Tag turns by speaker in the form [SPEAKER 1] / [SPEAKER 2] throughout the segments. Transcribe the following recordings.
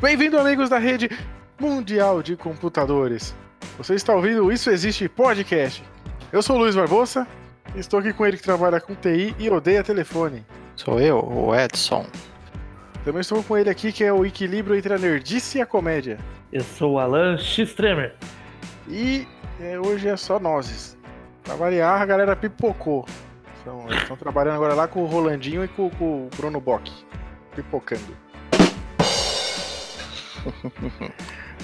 [SPEAKER 1] Bem-vindo, amigos da rede mundial de computadores. Você está ouvindo o Isso Existe Podcast. Eu sou o Luiz Barbosa, estou aqui com ele que trabalha com TI e odeia telefone.
[SPEAKER 2] Sou eu, o Edson.
[SPEAKER 1] Também estou com ele aqui que é o equilíbrio entre a nerdice e a comédia.
[SPEAKER 3] Eu sou o Alan Xtremer.
[SPEAKER 1] E é, hoje é só nozes. Pra variar, a galera pipocou. Então, eles estão trabalhando agora lá com o Rolandinho e com, com o Bruno Bock. Pipocando.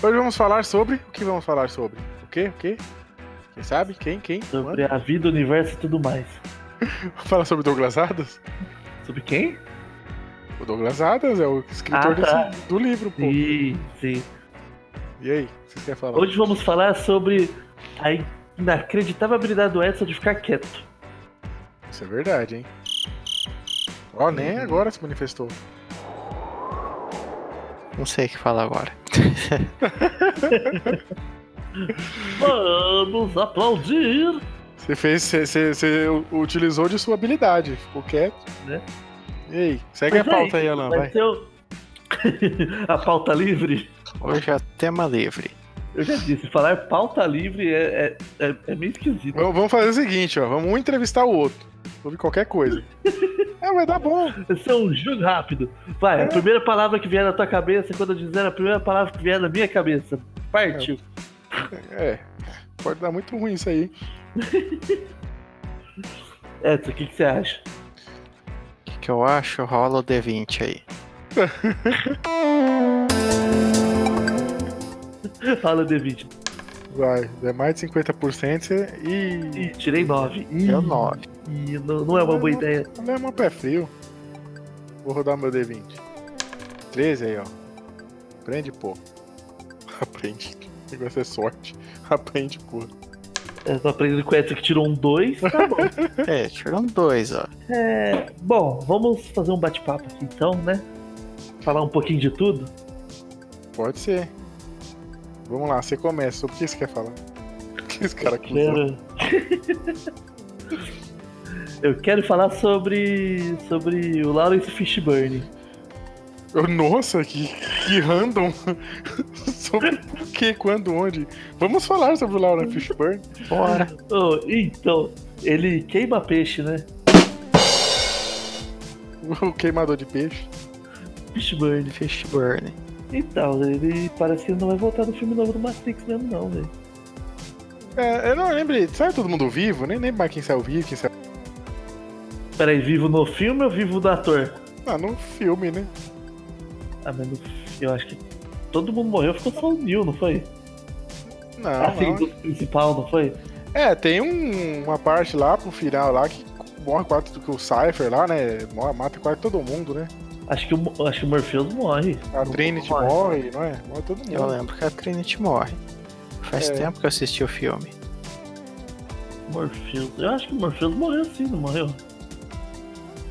[SPEAKER 1] Hoje vamos falar sobre. O que vamos falar sobre? O quê? O quê? Quem sabe? Quem? Quem?
[SPEAKER 3] Sobre a vida, o universo e tudo mais.
[SPEAKER 1] Vamos falar sobre Douglas Adams?
[SPEAKER 3] Sobre quem?
[SPEAKER 1] O Douglas Adams é o escritor
[SPEAKER 3] Ah, tá.
[SPEAKER 1] desse- do livro, pô. E...
[SPEAKER 3] Sim, sim.
[SPEAKER 1] aí? Vocês querem falar?
[SPEAKER 3] Hoje vamos falar sobre a inacreditável habilidade do Edson de ficar quieto.
[SPEAKER 1] Isso é verdade, hein? Ó,
[SPEAKER 3] Uhum.
[SPEAKER 1] nem agora se manifestou.
[SPEAKER 2] Não sei o que falar agora.
[SPEAKER 3] Vamos aplaudir!
[SPEAKER 1] Você fez. Você, você- você utilizou de sua habilidade. Ficou quieto.
[SPEAKER 3] Né?
[SPEAKER 1] E aí? Segue
[SPEAKER 3] Mas
[SPEAKER 1] a
[SPEAKER 3] é
[SPEAKER 1] pauta aí, Alan.
[SPEAKER 3] Vai
[SPEAKER 1] Vai.
[SPEAKER 3] ser o- a pauta livre.
[SPEAKER 2] Hoje é tema livre.
[SPEAKER 3] Eu já disse, falar pauta livre é, é, é- é meio esquisito.
[SPEAKER 1] Vamos vamos fazer o seguinte, ó. Vamos um entrevistar o outro. Sobre qualquer coisa. é, vai dar bom.
[SPEAKER 3] Esse é um jogo rápido. Vai, a primeira palavra que vier na tua cabeça, quando eu dizer a primeira palavra que vier na minha cabeça. Partiu.
[SPEAKER 1] É. Pode dar muito ruim isso aí.
[SPEAKER 3] Edson, o que, que você acha?
[SPEAKER 2] O que, que eu acho? Rola o D20 aí.
[SPEAKER 3] Fala, D20.
[SPEAKER 1] Vai. É mais de 50%. Você... Ih.
[SPEAKER 3] Ih, tirei 9.
[SPEAKER 2] Deu 9.
[SPEAKER 3] Ih, não, não é uma boa ideia.
[SPEAKER 1] Não é mó pé frio. Vou rodar meu D20. 13 aí, ó. Aprende, pô. Aprende. O negócio é sorte. Aprende, pô.
[SPEAKER 3] Eu tô É, tá aprendendo com o Edson que tirou um 2. Tá bom.
[SPEAKER 2] É, tirou um 2, ó.
[SPEAKER 3] É, bom, vamos fazer um bate-papo aqui então, né? Falar um pouquinho de tudo.
[SPEAKER 1] Pode ser. Vamos lá, você começa. Sobre o que você quer falar? O que esse cara cruzou?
[SPEAKER 3] Quero... Eu quero falar sobre sobre o Lawrence Fishburne.
[SPEAKER 1] Eu- Nossa, que, que random. sobre o que, quando, onde. Vamos falar sobre o Laura Fishburne.
[SPEAKER 2] Bora.
[SPEAKER 3] Oh, então, ele queima peixe, né?
[SPEAKER 1] O queimador de peixe.
[SPEAKER 3] Fishburne.
[SPEAKER 2] Fishburne.
[SPEAKER 3] Então, ele parece que ele não vai voltar no filme novo do Matrix mesmo, não, velho.
[SPEAKER 1] É, eu não lembro. Sabe todo mundo vivo? Nem lembro mais quem saiu vivo, quem saiu.
[SPEAKER 3] Peraí, vivo no filme ou vivo do ator?
[SPEAKER 1] Ah, no filme, né?
[SPEAKER 3] Ah, mas no- eu acho que todo mundo morreu, ficou só o Neil, não foi?
[SPEAKER 1] Não,
[SPEAKER 3] assim,
[SPEAKER 1] Ah, não.
[SPEAKER 3] do principal, não foi?
[SPEAKER 1] É, tem um- uma parte lá pro final lá que morre quase do que o Cypher lá, né? Mo- Mata quase todo mundo, né?
[SPEAKER 3] Acho que, o, acho que o Morpheus morre.
[SPEAKER 1] A Trinity morre, não é? Morre todo
[SPEAKER 2] Eu
[SPEAKER 1] mundo.
[SPEAKER 2] lembro que a Trinity morre. Faz
[SPEAKER 1] É.
[SPEAKER 2] tempo que eu assisti o filme.
[SPEAKER 3] Morpheus. Eu acho que o Morpheus morreu sim, não morreu?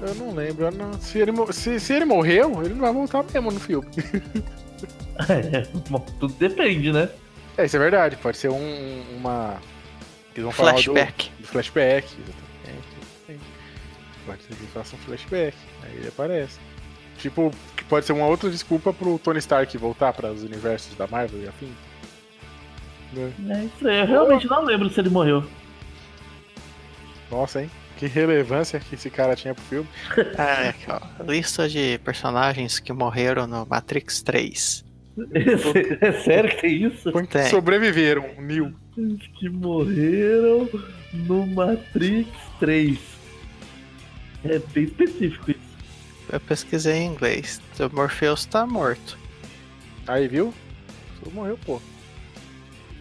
[SPEAKER 1] Eu não lembro. eu não- Se, ele, mo- se, se ele morreu, ele não vai voltar mesmo no filme.
[SPEAKER 3] É, bom, tudo depende, né?
[SPEAKER 1] É, isso é verdade. Pode ser um, uma. Eles vão falar do-
[SPEAKER 2] Flashback.
[SPEAKER 1] do flashback. Exatamente. exatamente. Pode ser que ele faça um flashback. Aí ele aparece. Tipo, que pode ser uma outra desculpa pro Tony Stark voltar para os universos da Marvel e afim.
[SPEAKER 3] É estranho. Eu realmente não lembro se ele morreu.
[SPEAKER 1] Nossa, hein? Que relevância que esse cara tinha pro filme.
[SPEAKER 2] Ah, é aqui, ó. Lista de personagens que morreram no Matrix 3.
[SPEAKER 3] É sério que tem isso?
[SPEAKER 1] Põe
[SPEAKER 2] Tem.
[SPEAKER 1] Sobreviveram, Neil.
[SPEAKER 3] Que morreram no Matrix 3. É bem específico isso.
[SPEAKER 2] Eu pesquisei em inglês. O Morpheus tá morto.
[SPEAKER 1] Aí, viu? Só morreu, pô.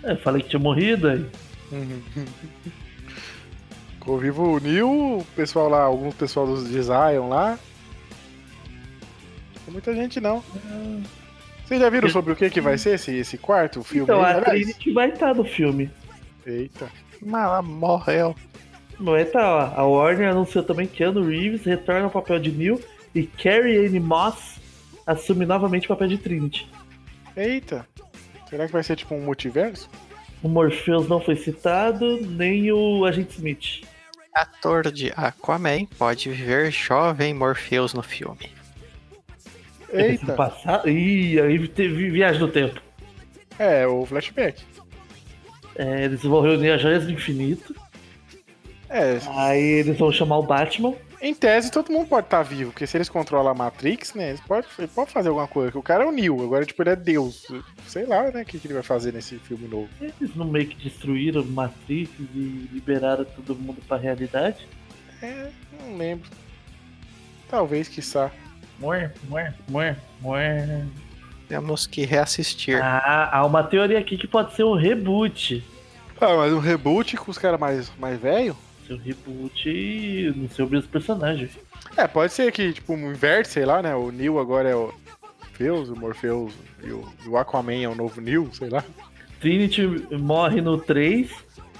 [SPEAKER 3] É, falei que tinha morrido aí.
[SPEAKER 1] Uhum. Ficou vivo o Neil, o pessoal lá, alguns pessoal dos de Zion lá. Não tem muita gente, não. Vocês já viram sobre o que, que vai ser esse, esse quarto filme? é
[SPEAKER 3] Então,
[SPEAKER 1] aí,
[SPEAKER 3] a
[SPEAKER 1] aliás?
[SPEAKER 3] Trinity vai estar no filme.
[SPEAKER 1] Eita.
[SPEAKER 2] Mas ela morreu.
[SPEAKER 3] Não é tá, ó. A Warner anunciou também que Keanu Reeves retorna ao papel de Neil e Carrie Anne Moss assume novamente o papel de Trinity.
[SPEAKER 1] Eita. Será que vai ser tipo um multiverso?
[SPEAKER 3] O Morpheus não foi citado, nem o Agente Smith.
[SPEAKER 2] Ator de Aquaman pode viver jovem Morpheus no filme.
[SPEAKER 3] É,
[SPEAKER 1] Eita.
[SPEAKER 3] Passado. Ih, aí teve viagem no tempo.
[SPEAKER 1] É, o flashback.
[SPEAKER 3] É, eles vão reunir as joias do infinito.
[SPEAKER 1] É,
[SPEAKER 3] Aí eles vão chamar o Batman.
[SPEAKER 1] em tese todo mundo pode estar vivo, porque se eles controlam a Matrix, né, eles podem, ele pode fazer alguma coisa. que O cara é o Neo, agora tipo ele é Deus. Sei lá, né, o que, que ele vai fazer nesse filme novo.
[SPEAKER 3] Eles não meio que destruíram Matrix e liberaram todo mundo pra realidade.
[SPEAKER 1] É, não lembro. Talvez, quiçá.
[SPEAKER 3] Muer, muer, muer, muer.
[SPEAKER 2] Temos que reassistir.
[SPEAKER 3] Ah, há uma teoria aqui que pode ser um reboot.
[SPEAKER 1] Ah, mas um reboot com os caras mais, mais velhos?
[SPEAKER 3] Seu reboot não sei o mesmo personagem.
[SPEAKER 1] É, pode ser que, tipo, um inverte, sei lá, né? O Neil agora é o Morpheus, o Morpheus e o, e o Aquaman é o novo Neil, sei lá.
[SPEAKER 3] Trinity morre no 3,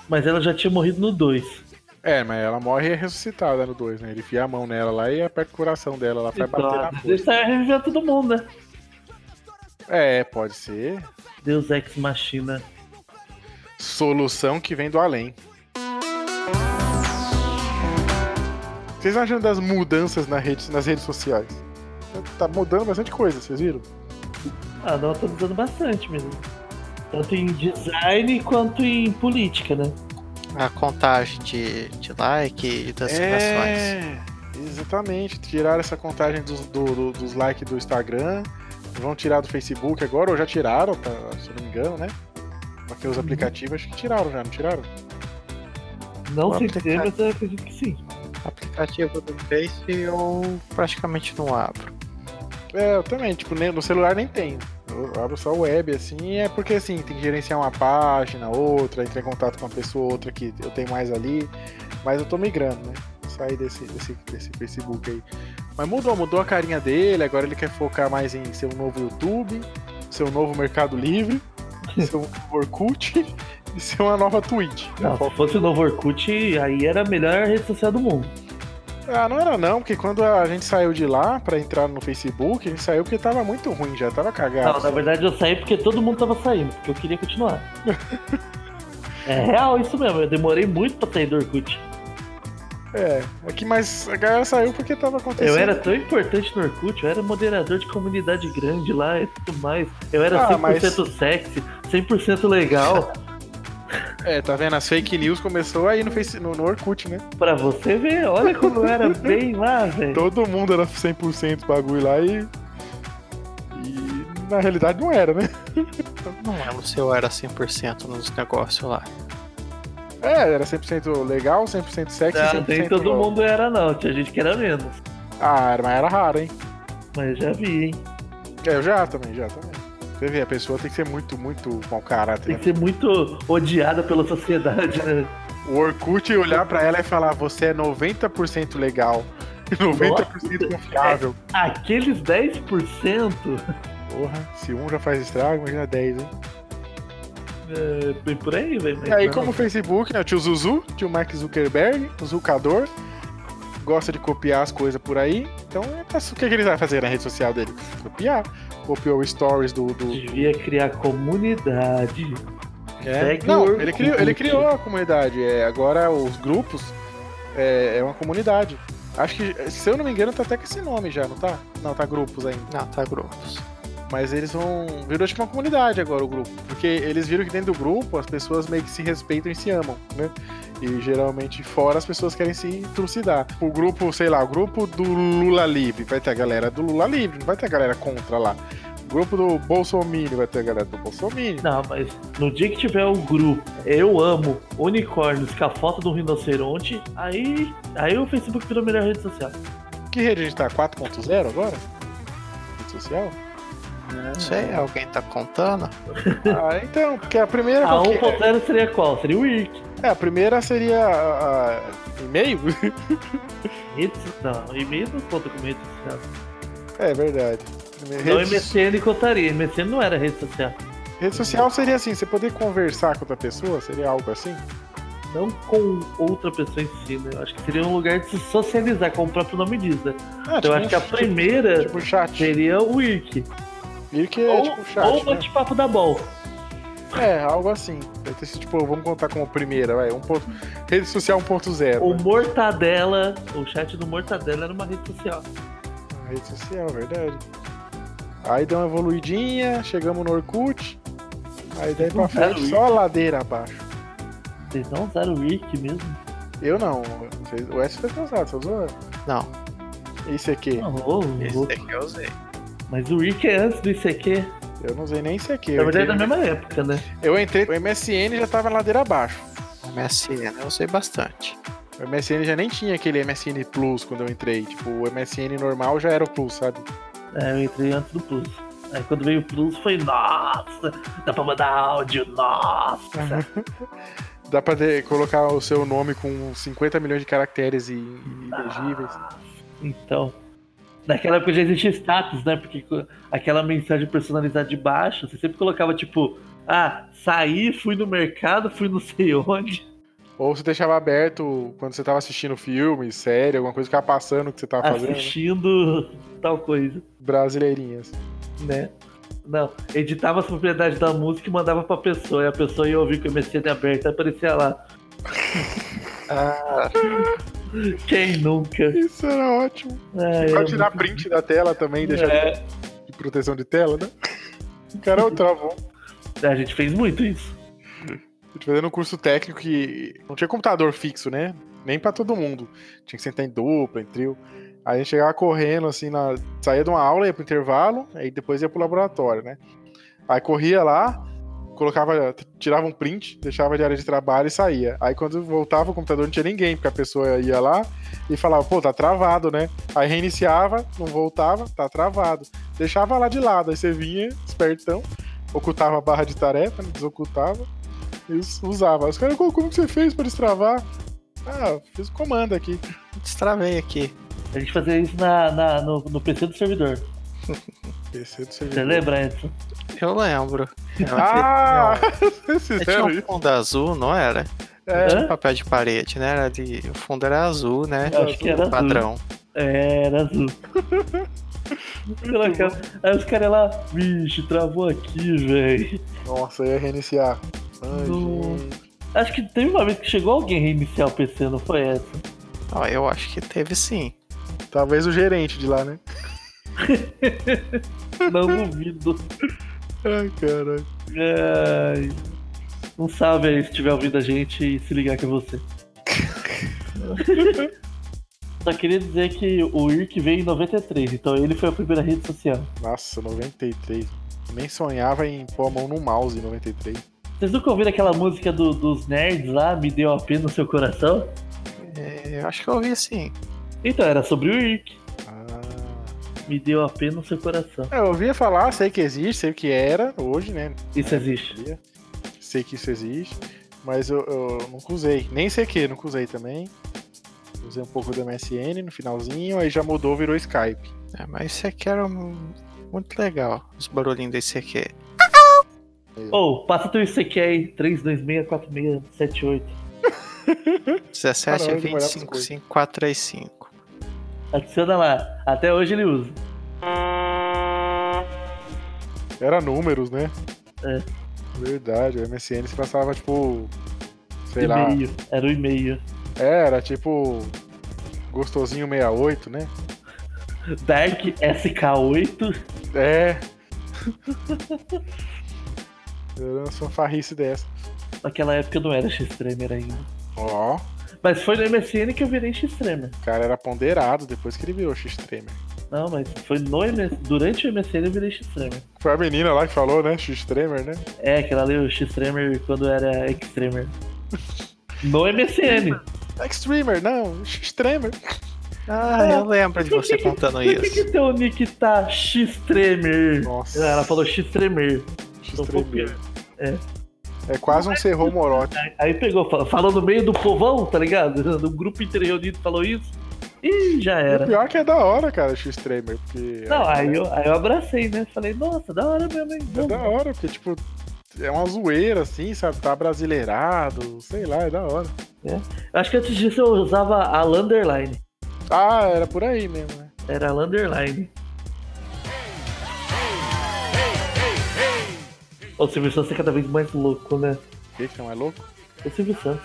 [SPEAKER 3] mas ela já tinha morrido no 2.
[SPEAKER 1] É, mas ela morre e é ressuscitada no 2, né? Ele enfia a mão nela lá e aperta o coração dela lá pra bater na
[SPEAKER 3] Deus
[SPEAKER 1] força.
[SPEAKER 3] tá revivendo todo mundo, né?
[SPEAKER 1] É, pode ser.
[SPEAKER 3] Deus Ex Machina.
[SPEAKER 1] Solução que vem do além. Vocês acham das mudanças na rede, nas redes sociais? Tá mudando bastante coisa, vocês viram?
[SPEAKER 3] Ah, não, tá mudando bastante mesmo. Tanto em design quanto em política, né?
[SPEAKER 2] A contagem de, de like e das
[SPEAKER 3] É.
[SPEAKER 2] reações.
[SPEAKER 1] É, Exatamente. Tiraram essa contagem dos, do, do- dos likes do Instagram. Vão tirar do Facebook agora, ou já tiraram, tá, se eu não me engano, né? Porque
[SPEAKER 2] Uhum.
[SPEAKER 1] os aplicativos acho que tiraram já, não tiraram?
[SPEAKER 3] Não
[SPEAKER 2] Vamos
[SPEAKER 3] sei dizer,
[SPEAKER 2] tentar.
[SPEAKER 3] mas eu acredito que sim.
[SPEAKER 2] Aplicativo do Face eu praticamente não abro.
[SPEAKER 1] É, eu também, tipo, nem, no celular nem tenho. Eu abro só web, assim, é porque assim, tem que gerenciar uma página, outra, entrar em contato com uma pessoa, outra que eu tenho mais ali. Mas eu tô migrando, né? Saí desse, desse, desse Facebook aí. Mas mudou, mudou a carinha dele, agora ele quer focar mais em seu novo YouTube, seu novo Mercado Livre, seu Orkut e ser uma nova Twitch.
[SPEAKER 3] Não, se fosse o novo Orkut, aí era a melhor rede social do mundo.
[SPEAKER 1] Ah, não era não, porque quando a gente saiu de lá pra entrar no Facebook, a gente saiu porque tava muito ruim já, tava cagado.
[SPEAKER 3] Não, na verdade eu saí porque todo mundo tava saindo, porque eu queria continuar. é real isso mesmo, eu demorei muito pra sair do Orkut.
[SPEAKER 1] É, aqui mas a galera saiu porque tava acontecendo.
[SPEAKER 3] Eu era tão importante no Orkut, eu era moderador de comunidade grande lá e tudo mais. Eu era
[SPEAKER 1] Ah,
[SPEAKER 3] 100%
[SPEAKER 1] mas-
[SPEAKER 3] sexy, 100% legal.
[SPEAKER 1] É, tá vendo? As fake news começou aí no, face... no, no Orkut, né?
[SPEAKER 3] pra você ver, olha como eu era bem lá, velho.
[SPEAKER 1] Todo mundo era 100% bagulho lá e. E na realidade não era, né?
[SPEAKER 2] Não lembro se eu era 100% nos negócios lá.
[SPEAKER 1] É, era 100% legal, 100% sexy,
[SPEAKER 3] Não,
[SPEAKER 1] 100%
[SPEAKER 3] nem todo
[SPEAKER 1] igual.
[SPEAKER 3] mundo era não, tinha gente que era menos.
[SPEAKER 1] Ah, mas era raro, hein?
[SPEAKER 3] Mas eu já vi, hein.
[SPEAKER 1] É, eu já também, já também. Você vê, a pessoa tem que ser muito, muito mau caráter.
[SPEAKER 3] Tem que
[SPEAKER 1] Né?
[SPEAKER 3] ser muito odiada pela sociedade, né?
[SPEAKER 1] O Orkut olhar pra ela e falar: você é 90% legal, 90% confiável.
[SPEAKER 3] Aqueles 10%
[SPEAKER 1] Porra, se um já faz estrago, imagina 10, hein?
[SPEAKER 3] é, bem por aí, velho. mas
[SPEAKER 1] E aí,
[SPEAKER 3] não.
[SPEAKER 1] como o Facebook, né? O tio Zuzu, tio Mark Zuckerberg, o Zucador, gosta de copiar as coisas por aí. Então, é pra- o que, que ele vai fazer na rede social dele? Copiar. Copiou o stories do. do...
[SPEAKER 3] Devia criar comunidade.
[SPEAKER 1] É.
[SPEAKER 3] Segue
[SPEAKER 1] Não,
[SPEAKER 3] o
[SPEAKER 1] ele criou, ele
[SPEAKER 3] Orkut.
[SPEAKER 1] criou a comunidade. É, agora, os grupos é, é uma comunidade. Acho que, se eu não me engano, tá até com esse nome já, não tá? Não, tá grupos ainda.
[SPEAKER 2] Não, tá grupos.
[SPEAKER 1] Mas eles vão. Virou tipo uma comunidade agora o grupo. Porque eles viram que dentro do grupo as pessoas meio que se respeitam e se amam, né? E geralmente fora as pessoas querem se trucidar. O grupo, sei lá, o grupo do Lula Livre. Vai ter a galera do Lula Livre, não vai ter a galera contra lá. O grupo do Bolsonaro vai ter a galera do Bolsonaro.
[SPEAKER 3] Não, mas no dia que tiver um grupo, eu amo unicórnios com a foto do rinoceronte, aí, aí o Facebook virou a melhor rede social.
[SPEAKER 1] Que rede a gente tá? 4.0 agora? Rede social?
[SPEAKER 3] Ah.
[SPEAKER 2] Não sei, alguém tá contando?
[SPEAKER 1] Ah, então, porque a primeira.
[SPEAKER 3] A
[SPEAKER 1] qual que é?
[SPEAKER 3] 1.0 seria qual? Seria o Wiki.
[SPEAKER 1] É, a primeira seria a- a- e-mail?
[SPEAKER 3] Rede so- Não, e-mail não conta como rede social. Então,
[SPEAKER 1] é verdade. Primeira-
[SPEAKER 3] Não,
[SPEAKER 1] rede-
[SPEAKER 3] MSN contaria. MSN não era rede social.
[SPEAKER 1] Rede social seria assim, você poder conversar com outra pessoa, seria algo assim?
[SPEAKER 3] Não com outra pessoa em si, né? Eu acho que seria um lugar de se socializar, como o próprio nome diz, né?
[SPEAKER 1] Ah,
[SPEAKER 3] Eu acho que a
[SPEAKER 1] tipo-
[SPEAKER 3] primeira
[SPEAKER 1] Tipo chat.
[SPEAKER 3] seria o Wiki.
[SPEAKER 1] Meio que é
[SPEAKER 3] Ou,
[SPEAKER 1] tipo
[SPEAKER 3] ou
[SPEAKER 1] chat. né?
[SPEAKER 3] bate-papo da Ball.
[SPEAKER 1] É, algo assim. Deve ter sido, tipo, vamos contar como primeira, vai. Um ponto... Rede social 1.0.
[SPEAKER 3] O
[SPEAKER 1] vai.
[SPEAKER 3] Mortadela, o chat do Mortadela era uma rede social.
[SPEAKER 1] Rede social, Ah, verdade. Aí deu uma evoluidinha, chegamos no Orkut. Aí daí pra frente, só a ladeira abaixo.
[SPEAKER 3] Vocês não usaram o Wiki mesmo?
[SPEAKER 1] Eu não. vocês- O S foi tá cansado, você usou?
[SPEAKER 2] Não,
[SPEAKER 1] ICQ.
[SPEAKER 3] Não, ô,
[SPEAKER 2] esse
[SPEAKER 3] louco.
[SPEAKER 1] é
[SPEAKER 2] daqui eu usei.
[SPEAKER 3] um Mas o Wiki é antes do ICQ.
[SPEAKER 1] Eu não usei nem ICQ.
[SPEAKER 3] Na
[SPEAKER 1] Eu entrei,
[SPEAKER 3] verdade, é da mesma época, né?
[SPEAKER 1] eu entrei- o MSN já tava ladeira abaixo.
[SPEAKER 2] O MSN eu usei bastante.
[SPEAKER 1] O MSN já nem tinha aquele MSN Plus quando eu entrei. Tipo, o MSN normal já era o Plus, sabe?
[SPEAKER 3] É, eu entrei antes do Plus. Aí quando veio o Plus foi, nossa, dá pra mandar áudio, nossa.
[SPEAKER 1] Dá pra ter- colocar o seu nome com 50 milhões de caracteres e, e legíveis.
[SPEAKER 3] Então, naquela época já existia status, né? Porque co- aquela mensagem personalizada de baixo, você sempre colocava tipo, ah, saí, fui no mercado, fui não sei onde.
[SPEAKER 1] Ou você deixava aberto quando você tava assistindo filme, série, alguma coisa que tava passando o que você tava fazendo. né?
[SPEAKER 3] assistindo tal coisa,
[SPEAKER 1] Brasileirinhas.
[SPEAKER 3] né? Não, editava as propriedades da música e mandava pra pessoa, e a pessoa ia ouvir com o MSN aberto, aí aparecia lá,
[SPEAKER 2] Ah,
[SPEAKER 3] quem nunca?
[SPEAKER 1] Isso era ótimo.
[SPEAKER 3] É,
[SPEAKER 1] Pode
[SPEAKER 3] eu-
[SPEAKER 1] tirar print da tela também, deixar
[SPEAKER 3] É,
[SPEAKER 1] de proteção de tela, né? O cara é travou.
[SPEAKER 3] a gente fez muito isso.
[SPEAKER 1] Eu tô fazendo um curso técnico que não tinha computador fixo, né? Nem pra todo mundo. Tinha que sentar em dupla, em trio. Aí a gente chegava correndo, assim, na... saía de uma aula, ia pro intervalo, aí depois ia pro laboratório, né? Aí corria lá, colocava, tirava um print, deixava de área de trabalho e saía. Aí quando voltava o computador não tinha ninguém, porque a pessoa ia lá e falava, pô, tá travado, né? Aí reiniciava, não voltava, tá travado. Deixava lá de lado, aí você vinha, espertão, ocultava a barra de tarefa, né? desocultava. Eu usava. Os caras, como que você fez pra destravar? Ah, fiz o comando aqui.
[SPEAKER 2] destravei aqui.
[SPEAKER 3] A gente fazia isso na, na- no, no PC do servidor.
[SPEAKER 1] PC é do
[SPEAKER 3] Você
[SPEAKER 1] servidor.
[SPEAKER 3] lembra, Edson?
[SPEAKER 2] Eu lembro.
[SPEAKER 1] Ah! Vocês
[SPEAKER 2] É, tinha
[SPEAKER 1] fizeram
[SPEAKER 2] um
[SPEAKER 1] isso?
[SPEAKER 2] fundo azul, não era? um
[SPEAKER 1] É,
[SPEAKER 3] Hã?
[SPEAKER 2] Papel de parede, né? Era de... O fundo era azul, né?
[SPEAKER 3] Eu acho que era azul.
[SPEAKER 2] Padrão.
[SPEAKER 3] É, era azul. Colocava- Aí os caras lá, vixe, travou aqui, velho.
[SPEAKER 1] Nossa, eu ia reiniciar. Ai,
[SPEAKER 3] Do-
[SPEAKER 1] gente.
[SPEAKER 3] Acho que teve uma vez que chegou alguém a reiniciar o PC, não foi essa?
[SPEAKER 2] Ó, eu acho que teve sim.
[SPEAKER 1] Talvez o gerente de lá, né?
[SPEAKER 3] Não duvido.
[SPEAKER 1] Ai, caralho.
[SPEAKER 3] Ai. É, Não sabe aí se estiver ouvindo a gente e se ligar que é você. Só queria dizer que o IRC veio em 93, então ele foi a primeira rede social.
[SPEAKER 1] Nossa, 93. Nem sonhava em pôr a mão no mouse em 93.
[SPEAKER 3] Vocês nunca ouviram aquela música do- dos nerds lá, Me Deu a Pena no Seu Coração?
[SPEAKER 2] É, eu acho que eu vi sim.
[SPEAKER 3] Então, era sobre o IRC.
[SPEAKER 1] Ah.
[SPEAKER 3] Me Deu a Pena no Seu Coração.
[SPEAKER 1] É, Eu ouvia falar, sei que existe, sei o que era, hoje, né?
[SPEAKER 3] Isso existe.
[SPEAKER 1] sabia? Sei que isso existe, mas eu, eu nunca usei. Nem sei que, nunca usei também. Usei um pouco do MSN no finalzinho, aí já mudou, virou Skype.
[SPEAKER 2] É, mas esse aqui era um- muito legal. Os barulhinhos desse aqui.
[SPEAKER 3] Ou, passa teu ICQ aí, 3264678.
[SPEAKER 2] 17
[SPEAKER 1] Caralho,
[SPEAKER 2] é
[SPEAKER 1] demorava
[SPEAKER 2] 25,
[SPEAKER 1] coisa.
[SPEAKER 2] 5, 4, 3, 5.
[SPEAKER 3] Adiciona lá. Até hoje ele usa.
[SPEAKER 1] Era números, né?
[SPEAKER 3] É.
[SPEAKER 1] Verdade, o MSN se passava tipo. Sei lá.
[SPEAKER 3] E-mail. Era o e-mail.
[SPEAKER 1] Era tipo. Gostosinho 68, né?
[SPEAKER 3] Dark SK8.
[SPEAKER 1] É. Era uma fanfarrice dessa.
[SPEAKER 3] Naquela época eu não era X-Tremer ainda.
[SPEAKER 1] Ó,
[SPEAKER 3] Mas foi no MSN que eu virei X-Tremer.
[SPEAKER 1] o cara era ponderado depois que ele virou X-Tremer.
[SPEAKER 3] Não, mas foi no MS... durante o MSN eu virei X-Tremer.
[SPEAKER 1] Foi a menina lá que falou, né? X-Tremer, né?
[SPEAKER 3] É, aquela ali, o X-Tremer quando era Extremer. No MSN.
[SPEAKER 1] Extremer, não, Extremer.
[SPEAKER 2] Ah, eu lembro de você contando
[SPEAKER 3] Por que,
[SPEAKER 2] isso.
[SPEAKER 3] que teu nick tá X-Tremer?
[SPEAKER 1] Nossa.
[SPEAKER 3] Ela falou então X-Tremer. Tô
[SPEAKER 1] Extremer.
[SPEAKER 3] copiando.
[SPEAKER 1] É quase um serrão morote.
[SPEAKER 3] Aí pegou, falou, falou no meio do povão, tá ligado? No grupo interreunido falou isso. E já
[SPEAKER 1] O
[SPEAKER 3] era.
[SPEAKER 1] pior que é da hora, cara, X-Tremer. Porque
[SPEAKER 3] Não, aí eu, aí eu abracei, né? Falei, nossa, da hora mesmo, hein?
[SPEAKER 1] é
[SPEAKER 3] Vamos.
[SPEAKER 1] da hora, porque, tipo, é uma zoeira, assim, sabe? Tá brasileirado, sei lá, é da hora.
[SPEAKER 3] Acho que antes disso eu usava a Landerline.
[SPEAKER 1] Ah, era por aí mesmo, né?
[SPEAKER 3] Era a Landerline. Ô, O Silvio Santos é cada vez mais louco, né?
[SPEAKER 1] O que que não é louco?
[SPEAKER 3] O Silvio Santos.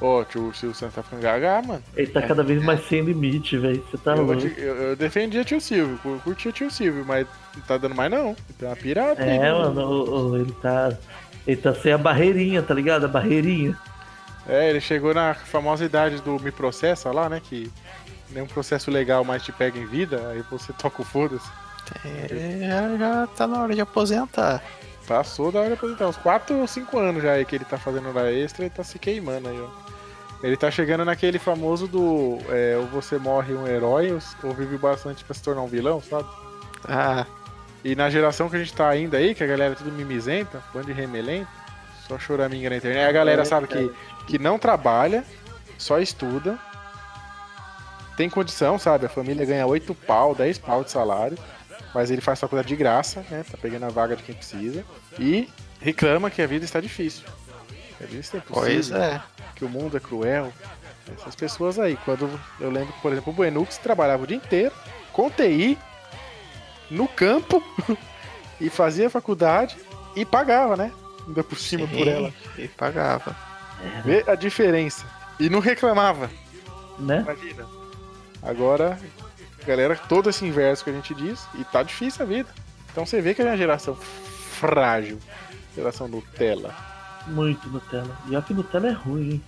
[SPEAKER 1] Ô, tio Silvio Santos tá ficando gaga, mano.
[SPEAKER 3] Ele tá cada vez mais sem limite, velho. Você tá
[SPEAKER 1] É. eu, vou
[SPEAKER 3] louco.
[SPEAKER 1] te- eu- eu defendia tio Silvio, cu- curtia tio Silvio, mas não tá dando mais não. Tem uma pirata. né?
[SPEAKER 3] É,
[SPEAKER 1] hein,
[SPEAKER 3] mano, o- o- ele tá. Ele tá sem a barreirinha, tá ligado? A barreirinha.
[SPEAKER 1] É, ele chegou na famosa idade do me processa lá, né? Que nenhum processo legal mais te pega em vida, aí você toca o foda-se.
[SPEAKER 2] Ele já, já tá na hora de aposentar.
[SPEAKER 1] Passou da hora de aposentar. Uns 4 ou 5 anos já aí que ele tá fazendo hora extra e tá se queimando aí, ó. Ele tá chegando naquele famoso do é, ou você morre um herói ou- ou vive bastante pra se tornar um vilão, sabe?
[SPEAKER 2] Ah,
[SPEAKER 1] E na geração que a gente tá ainda aí, que a galera é tudo mimizenta, bando de remelento, só choraminga na internet. A galera
[SPEAKER 3] É,
[SPEAKER 1] sabe
[SPEAKER 3] cara.
[SPEAKER 1] que, que não trabalha, só estuda, tem condição, sabe? A família ganha 8 pau, 10 pau de salário, mas ele faz faculdade de graça, né? Tá pegando a vaga de quem precisa. E reclama que a vida está difícil. Que a vida está impossível
[SPEAKER 2] pois é.
[SPEAKER 1] que o mundo é cruel. Essas pessoas aí. Quando eu lembro, por exemplo, o Buenux trabalhava o dia inteiro com TI, no campo, e fazia faculdade e pagava, né? Ainda por cima por
[SPEAKER 2] Sim,
[SPEAKER 1] ela.
[SPEAKER 2] E pagava.
[SPEAKER 1] Vê a diferença. E não reclamava.
[SPEAKER 3] Né?
[SPEAKER 1] Imagina. Agora, galera, todo esse inverso que a gente diz, e tá difícil a vida. Então você vê que é uma geração frágil. Geração Nutella.
[SPEAKER 3] Muito Nutella. E olha que Nutella é ruim, hein?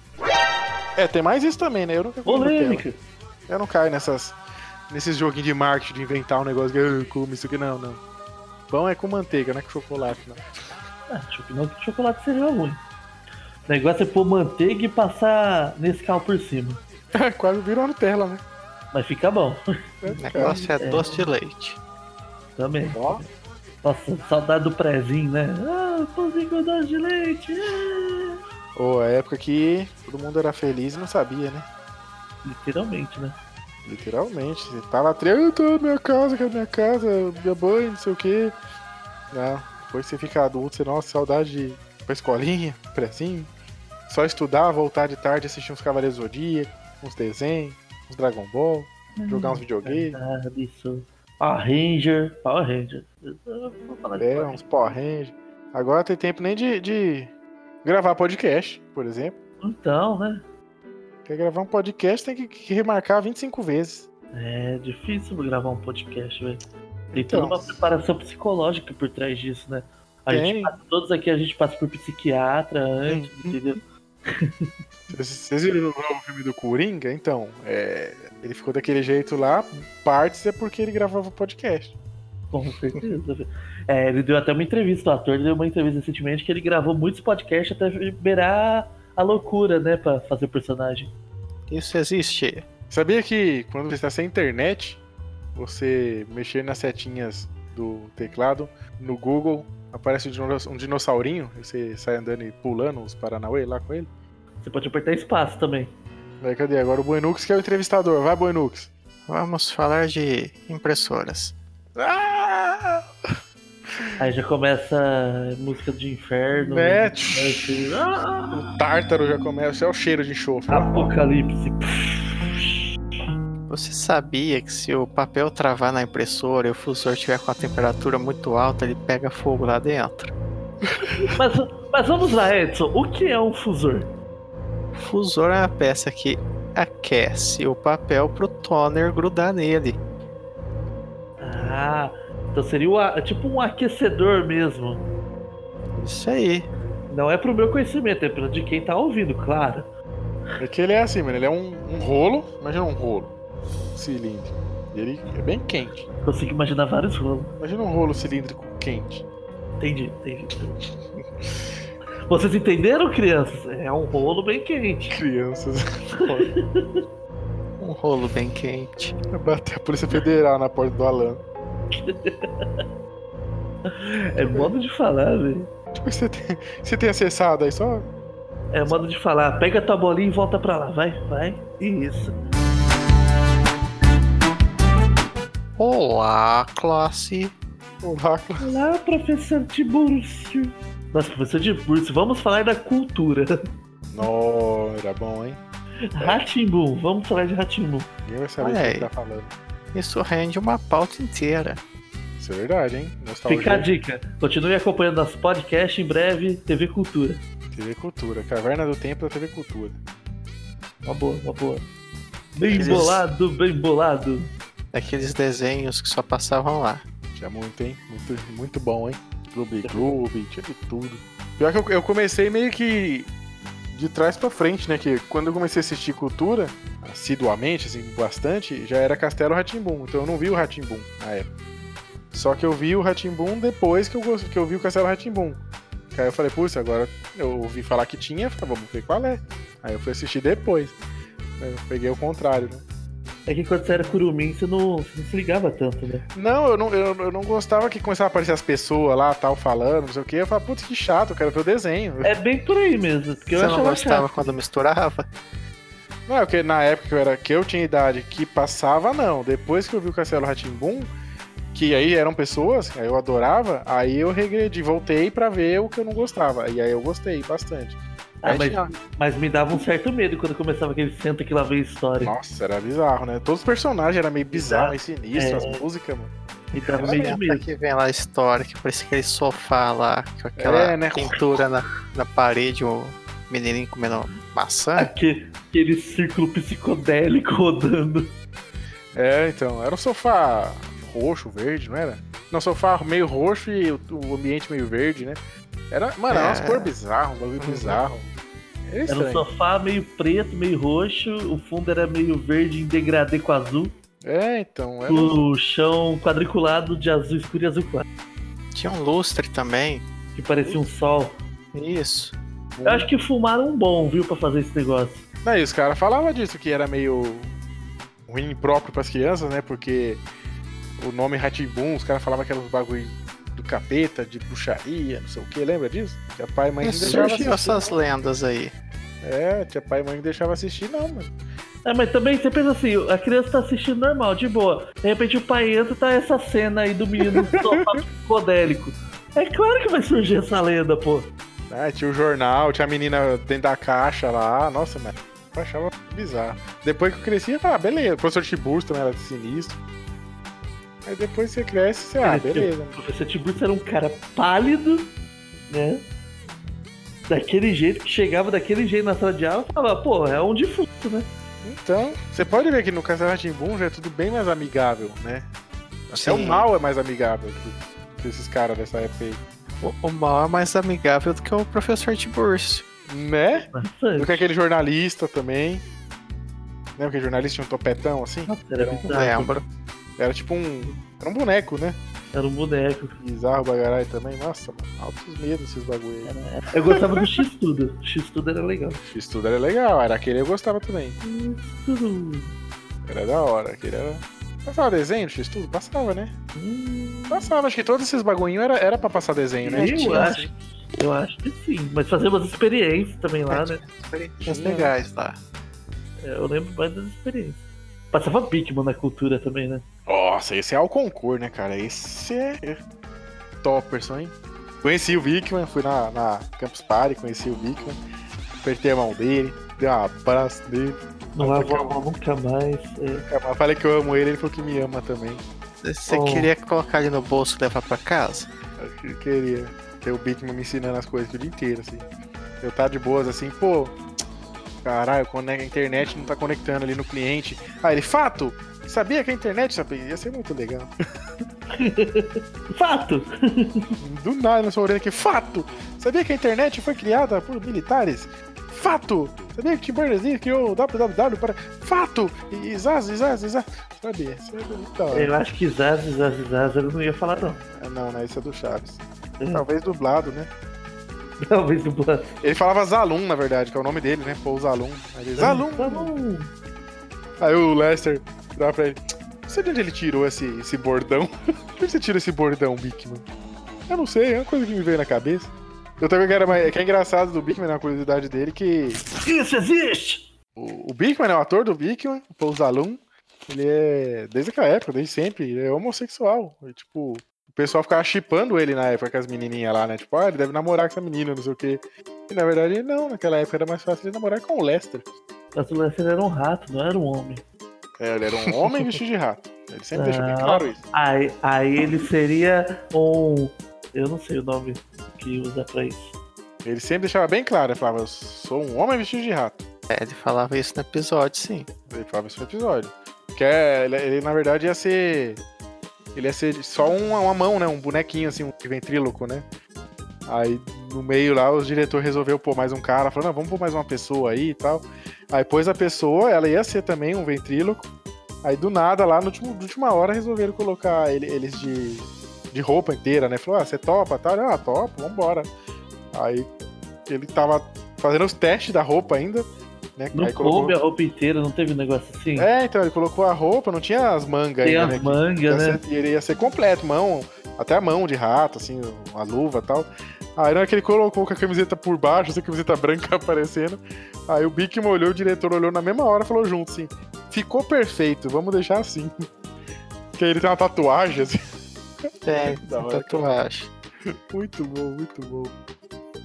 [SPEAKER 1] É, tem mais isso também, né? Eu nunca comi Nutella.
[SPEAKER 3] Polêmica.
[SPEAKER 1] Eu não caio nessas, nesses joguinhos de marketing de inventar um negócio que eu como isso aqui, não, não. Pão é com manteiga, não é com chocolate, não.
[SPEAKER 3] Ah, choc- não que chocolate seja ruim. O negócio é pôr manteiga e passar nesse carro por cima.
[SPEAKER 1] Quase virou Nutella, né?
[SPEAKER 3] Mas fica bom
[SPEAKER 2] O negócio é doce de leite.
[SPEAKER 3] também.
[SPEAKER 1] É, Ó,
[SPEAKER 3] Nossa, saudade do prezinho, né? Ah, pãozinho com doce de leite. ah.
[SPEAKER 1] Ô, a época que todo mundo era feliz e não sabia, né?
[SPEAKER 3] Ah, Literalmente, né?
[SPEAKER 1] Literalmente. Você tava atrás, eu tô na minha casa, que é minha casa, minha mãe, não sei o quê. Não, depois que você fica adulto, você, nossa, saudade de ir pra escolinha, prezinho. Só estudar, voltar de tarde, assistir uns Cavaleiros do Zodíaco, uns desenhos, uns Dragon Ball, jogar uns videogames.
[SPEAKER 3] Ah, isso. Power Ranger, Power Ranger. Eu vou falar de
[SPEAKER 1] É,
[SPEAKER 3] Power
[SPEAKER 1] uns Power Rangers. Agora tem tempo nem de, de gravar podcast, por exemplo.
[SPEAKER 3] Ranger. Então, né?
[SPEAKER 1] Quer gravar um podcast, tem que- que remarcar 25 vezes.
[SPEAKER 3] É difícil gravar um podcast, velho. Tem
[SPEAKER 1] Então.
[SPEAKER 3] toda uma preparação psicológica por trás disso, né? A
[SPEAKER 1] Tem.
[SPEAKER 3] gente passa- todos aqui a gente passa por psiquiatra antes, entendeu?
[SPEAKER 1] Vocês vocês viram o filme do Coringa? Então, é, ele ficou daquele jeito lá, partes é porque ele gravava podcast.
[SPEAKER 3] Com certeza, velho. É, ele deu até uma entrevista, o ator deu uma entrevista recentemente que ele gravou muitos podcasts até liberar a loucura, né? Pra fazer o personagem.
[SPEAKER 2] Isso existe.
[SPEAKER 1] Sabia que quando você está sem internet, você mexer nas setinhas do teclado, no Google, aparece um dinoss- um dinossaurinho, e você sai andando e pulando os Paranauê lá com ele?
[SPEAKER 3] Você pode apertar espaço também.
[SPEAKER 1] Vai, cadê? Agora o Buenux que é o entrevistador. Vai, Buenux.
[SPEAKER 2] Vamos falar de impressoras.
[SPEAKER 1] Ah!
[SPEAKER 3] Aí já começa a música de inferno.
[SPEAKER 1] Né?
[SPEAKER 3] Assim, ah,
[SPEAKER 1] O tártaro já começa, é o cheiro de enxofre.
[SPEAKER 3] apocalipse.
[SPEAKER 2] Você sabia que se o papel travar na impressora e o fusor tiver com a temperatura muito alta, ele pega fogo lá dentro?
[SPEAKER 3] Mas, mas vamos lá, Edson. O que é um fusor?
[SPEAKER 2] O fusor é uma peça que aquece o papel pro toner grudar nele.
[SPEAKER 3] Ah, então seria o a- tipo um aquecedor mesmo.
[SPEAKER 2] Isso aí.
[SPEAKER 3] Não é pro meu conhecimento, é pro de quem tá ouvindo, claro.
[SPEAKER 1] É que ele é assim, mano. Ele é um, um rolo. Imagina um rolo. Cilíndrico. E ele é bem quente.
[SPEAKER 3] Consigo imaginar vários rolos.
[SPEAKER 1] Imagina um rolo cilíndrico quente.
[SPEAKER 3] Entendi, entendi. Vocês entenderam, crianças? É um rolo bem quente.
[SPEAKER 1] Crianças.
[SPEAKER 2] Um rolo bem quente.
[SPEAKER 1] Bater a Polícia Federal na porta do Alan.
[SPEAKER 3] É modo de falar, velho.
[SPEAKER 1] Tipo, você tem, você tem acessado aí só?
[SPEAKER 3] É modo de falar. Pega tua bolinha e volta pra lá. Vai, vai. Isso.
[SPEAKER 2] Olá, classe.
[SPEAKER 1] O Raco.
[SPEAKER 3] Olá, professor Tiburcio. Nossa, professor Tiburcio, vamos falar da cultura.
[SPEAKER 1] Não, era bom, hein?
[SPEAKER 3] Ratimbum, vamos falar de Ratimbum.
[SPEAKER 1] Ninguém vai saber o
[SPEAKER 2] Olha
[SPEAKER 1] que
[SPEAKER 2] aí.
[SPEAKER 1] ele tá falando.
[SPEAKER 2] Isso rende uma pauta inteira.
[SPEAKER 1] Isso é verdade, hein? Nostalgia.
[SPEAKER 3] Fica a dica. Continue acompanhando nosso podcast em breve, TV Cultura.
[SPEAKER 1] TV Cultura. Caverna do Tempo da TV Cultura.
[SPEAKER 3] Uma boa, uma boa. Bem
[SPEAKER 2] Eles-
[SPEAKER 3] bolado, bem bolado.
[SPEAKER 2] Daqueles desenhos que só passavam lá.
[SPEAKER 1] Tinha muito, hein? Muito, muito bom, hein? Clube Clube, tinha de tudo. Pior que eu, eu comecei meio que de trás pra frente, né? Que quando eu comecei a assistir cultura, assiduamente, assim, bastante, já era Castelo Ratimbum. Então eu não vi o Ratimbum na época. Só que eu vi o Ratimbum depois que eu, gos- que eu vi o Castelo Ratimbum. Aí eu falei, putz, agora eu ouvi falar que tinha, eu falei, vamos ver qual é. Aí eu fui assistir depois. Eu peguei o contrário, né?
[SPEAKER 3] É que quando você era curumim, você não, você não se ligava tanto, né?
[SPEAKER 1] Não, eu não, eu, eu não gostava que começava a aparecer as pessoas lá, tal, falando, não sei o quê. Eu falava, putz, que chato, eu quero ver o desenho.
[SPEAKER 3] É bem por aí mesmo, porque eu
[SPEAKER 2] Você não
[SPEAKER 3] achava
[SPEAKER 2] gostava
[SPEAKER 3] chato.
[SPEAKER 2] quando misturava?
[SPEAKER 1] Não, é porque na época que eu, era, que eu tinha idade que passava, não. Depois que eu vi o Castelo Ratimbum, que aí eram pessoas, que aí eu adorava, aí eu regredi, voltei pra ver o que eu não gostava. E aí eu gostei bastante.
[SPEAKER 3] Ah,
[SPEAKER 1] Aí
[SPEAKER 3] mas,
[SPEAKER 1] tinha-
[SPEAKER 3] mas me dava um certo medo quando começava aquele senta que lá vem história.
[SPEAKER 1] Nossa, era bizarro, né? Todos os personagens eram meio bizarro, meio sinistro,
[SPEAKER 3] É.
[SPEAKER 1] as músicas, mano.
[SPEAKER 3] Me dava meio de
[SPEAKER 2] Lembra
[SPEAKER 3] medo.
[SPEAKER 2] que vem lá a história, que parecia aquele sofá lá, com aquela
[SPEAKER 1] É, né?
[SPEAKER 2] pintura na, na parede, o menininho comendo maçã.
[SPEAKER 3] Aque- Aquele círculo psicodélico rodando.
[SPEAKER 1] É, então, era um sofá roxo, verde, não era? Não, um sofá meio roxo e o, o ambiente meio verde, né? Era, mano, era umas
[SPEAKER 2] É.
[SPEAKER 1] cores bizarras, um bagulho
[SPEAKER 2] Uhum.
[SPEAKER 1] bizarro. Era
[SPEAKER 3] Era
[SPEAKER 1] estranho.
[SPEAKER 3] um sofá meio preto, meio roxo, o fundo era meio verde em degradê com azul,
[SPEAKER 1] É, então, era...
[SPEAKER 3] o chão quadriculado de azul escuro e azul claro,
[SPEAKER 2] Tinha um lustre também.
[SPEAKER 3] que parecia um sol.
[SPEAKER 2] Isso.
[SPEAKER 3] Eu acho que fumaram um bom, viu, pra fazer esse negócio.
[SPEAKER 1] Não, e os caras falavam disso, que era meio ruim próprio pras crianças, né? Porque o nome Ratibum, os caras falavam aqueles bagulho do capeta, de bruxaria, não sei o que, lembra disso? Tinha pai e mãe
[SPEAKER 2] E
[SPEAKER 1] que não deixava
[SPEAKER 2] surgiu
[SPEAKER 1] assistir.
[SPEAKER 2] essas lendas aí.
[SPEAKER 1] É, tinha pai e mãe que deixava assistir, não, mano.
[SPEAKER 3] É, mas também você pensa assim, a criança tá assistindo normal, de boa. De repente o pai entra e tá essa cena aí do menino no sofá psicodélico. É claro que vai surgir essa lenda, pô.
[SPEAKER 1] Ah, tinha o jornal, tinha a menina dentro da caixa lá. Nossa, mano, eu achava bizarro. Depois que eu cresci, eu falava, ah, beleza. O professor Tiburcio também era sinistro. Aí depois você cresce, você,
[SPEAKER 3] É,
[SPEAKER 1] ah, beleza.
[SPEAKER 3] O professor Tiburcio era um cara pálido, né? Daquele jeito, que chegava daquele jeito na sala de aula e falava, pô, é um defunto, né?
[SPEAKER 1] Então, você pode ver que no Castelo Boom já é tudo bem mais amigável, né? Até o
[SPEAKER 2] Sim.
[SPEAKER 1] mal é mais amigável que, que esses caras dessa época aí.
[SPEAKER 2] O, o mal é mais amigável do que o professor Tiburcio.
[SPEAKER 1] Né? Do
[SPEAKER 3] Nossa,
[SPEAKER 1] que aquele jornalista também. Lembra que jornalista tinha um topetão assim?
[SPEAKER 3] nossa, era bizarro.
[SPEAKER 2] Lembro.
[SPEAKER 1] Era tipo um. Era um boneco, né?
[SPEAKER 3] Era um boneco.
[SPEAKER 1] Bizarro bagarai também. Nossa, mano, altos medos esses bagulho aí.
[SPEAKER 3] Eu gostava do X-Tudo. X-Tudo era legal.
[SPEAKER 1] Fiz tudo era legal, era aquele eu gostava também.
[SPEAKER 3] Tudo.
[SPEAKER 1] Era da hora, aquele era. Passava desenho, X tudo? Passava, né?
[SPEAKER 3] Hum.
[SPEAKER 1] Passava, acho que todos esses bagulhinhos era, era pra passar desenho, né?
[SPEAKER 3] Eu
[SPEAKER 1] Tinha,
[SPEAKER 3] acho, eu acho que sim. Mas fazer umas experiências também lá, né?
[SPEAKER 2] Experiências legais lá.
[SPEAKER 3] É, Eu lembro mais das experiências. Passava Pikmin na cultura também, né?
[SPEAKER 1] Nossa, esse é ao concurso, né, cara? Esse é topperson, hein? Conheci o Vickman, fui na, na Campus Party, conheci o Vickman, apertei a mão dele, dei um abraço nele,
[SPEAKER 3] Não
[SPEAKER 1] Ah,
[SPEAKER 3] lavou a
[SPEAKER 1] Pikmin.
[SPEAKER 3] mão nunca mais. é.
[SPEAKER 1] falei que eu amo ele, ele falou que me ama também.
[SPEAKER 2] Você
[SPEAKER 3] Oh.
[SPEAKER 2] queria colocar ele no bolso e levar pra casa?
[SPEAKER 1] Acho que eu queria ter o Bigman me ensinando as coisas o dia inteiro, assim. Eu tá de boas, assim, pô, caralho, conec- a internet não tá conectando ali no cliente. Ah, ele, fato, sabia que a internet, sabia? Ia ser muito legal.
[SPEAKER 3] Fato!
[SPEAKER 1] Do nada, na sua orelha aqui, fato, sabia que a internet foi criada por militares? Fato, sabia que Tim Berners-Lee criou o www para... Fato, e e zaz, e zaz, e zaz. Sabia, isso é muito da hora.
[SPEAKER 3] Eu acho que Zaz, Zaz, Zaz, ele não ia falar, não.
[SPEAKER 1] Ah, Não, né, isso é do Chaves.
[SPEAKER 3] É.
[SPEAKER 1] Talvez dublado, né?
[SPEAKER 3] Talvez do plano.
[SPEAKER 1] Ele falava Zalum, na verdade, que é o nome dele, né? Pô, Zalum. Aí ele, Zalum.
[SPEAKER 3] Zalum!
[SPEAKER 1] Aí o Lester dá pra ele. Não sei de onde ele tirou esse, esse bordão. De onde você tira esse bordão, Bigman? Eu não sei, é uma coisa que me veio na cabeça. Eu também quero mais. Que é engraçado do Bigman, né, uma curiosidade dele, que
[SPEAKER 3] Isso existe!
[SPEAKER 1] o, o Bigman é o ator do Bigman, o Paul Zalum. Ele é, desde aquela época, desde sempre, ele é homossexual. E, tipo, o pessoal ficava chipando ele na época com as menininhas lá, né? Tipo, ah, ele deve namorar com essa menina, não sei o quê. E na verdade, não, naquela época era mais fácil ele namorar com o Lester.
[SPEAKER 3] Mas o Lester era um rato, não era um homem.
[SPEAKER 1] É, ele era um homem vestido de rato. Ele sempre deixou bem
[SPEAKER 3] Ah.
[SPEAKER 1] claro isso.
[SPEAKER 3] Aí, aí ele seria um. Eu não sei o nome que usa pra isso.
[SPEAKER 1] Ele sempre deixava bem claro, ele falava, eu sou um homem vestido de rato.
[SPEAKER 2] É, ele falava isso no episódio, sim.
[SPEAKER 1] Ele falava isso no episódio. Que é, ele, ele, na verdade, ia ser. Ele ia ser só uma, uma mão, né? Um bonequinho, assim, um ventríloco, né? Aí no meio lá, o diretor resolveu pôr mais um cara, falou, não, vamos pôr mais uma pessoa aí e tal. Aí pôs a pessoa, ela ia ser também um ventríloco. Aí do nada, lá, na última hora, resolveram colocar ele- eles de, de roupa inteira, né? Falou, ah, você topa, tá? Ah, topo, vambora. Aí ele tava fazendo os testes da roupa ainda, né?
[SPEAKER 3] Não
[SPEAKER 1] Aí
[SPEAKER 3] coube a roupa inteira, não teve um negócio assim?
[SPEAKER 1] É, então, ele colocou a roupa, não tinha as mangas
[SPEAKER 3] Tem
[SPEAKER 1] ainda,
[SPEAKER 3] as
[SPEAKER 1] né? que-
[SPEAKER 3] mangas,
[SPEAKER 1] Ia
[SPEAKER 3] né?
[SPEAKER 1] ser- ele ia ser completo, mão, até a mão de rato, assim, a luva e tal. Aí na hora que ele colocou com a camiseta por baixo, essa camiseta branca aparecendo. Aí o Bic olhou, o diretor olhou na mesma hora e falou junto assim: ficou perfeito, vamos deixar assim. Porque ele tem uma tatuagem, assim,
[SPEAKER 2] É,
[SPEAKER 1] Da hora,
[SPEAKER 2] tatuagem.
[SPEAKER 1] muito bom, muito bom.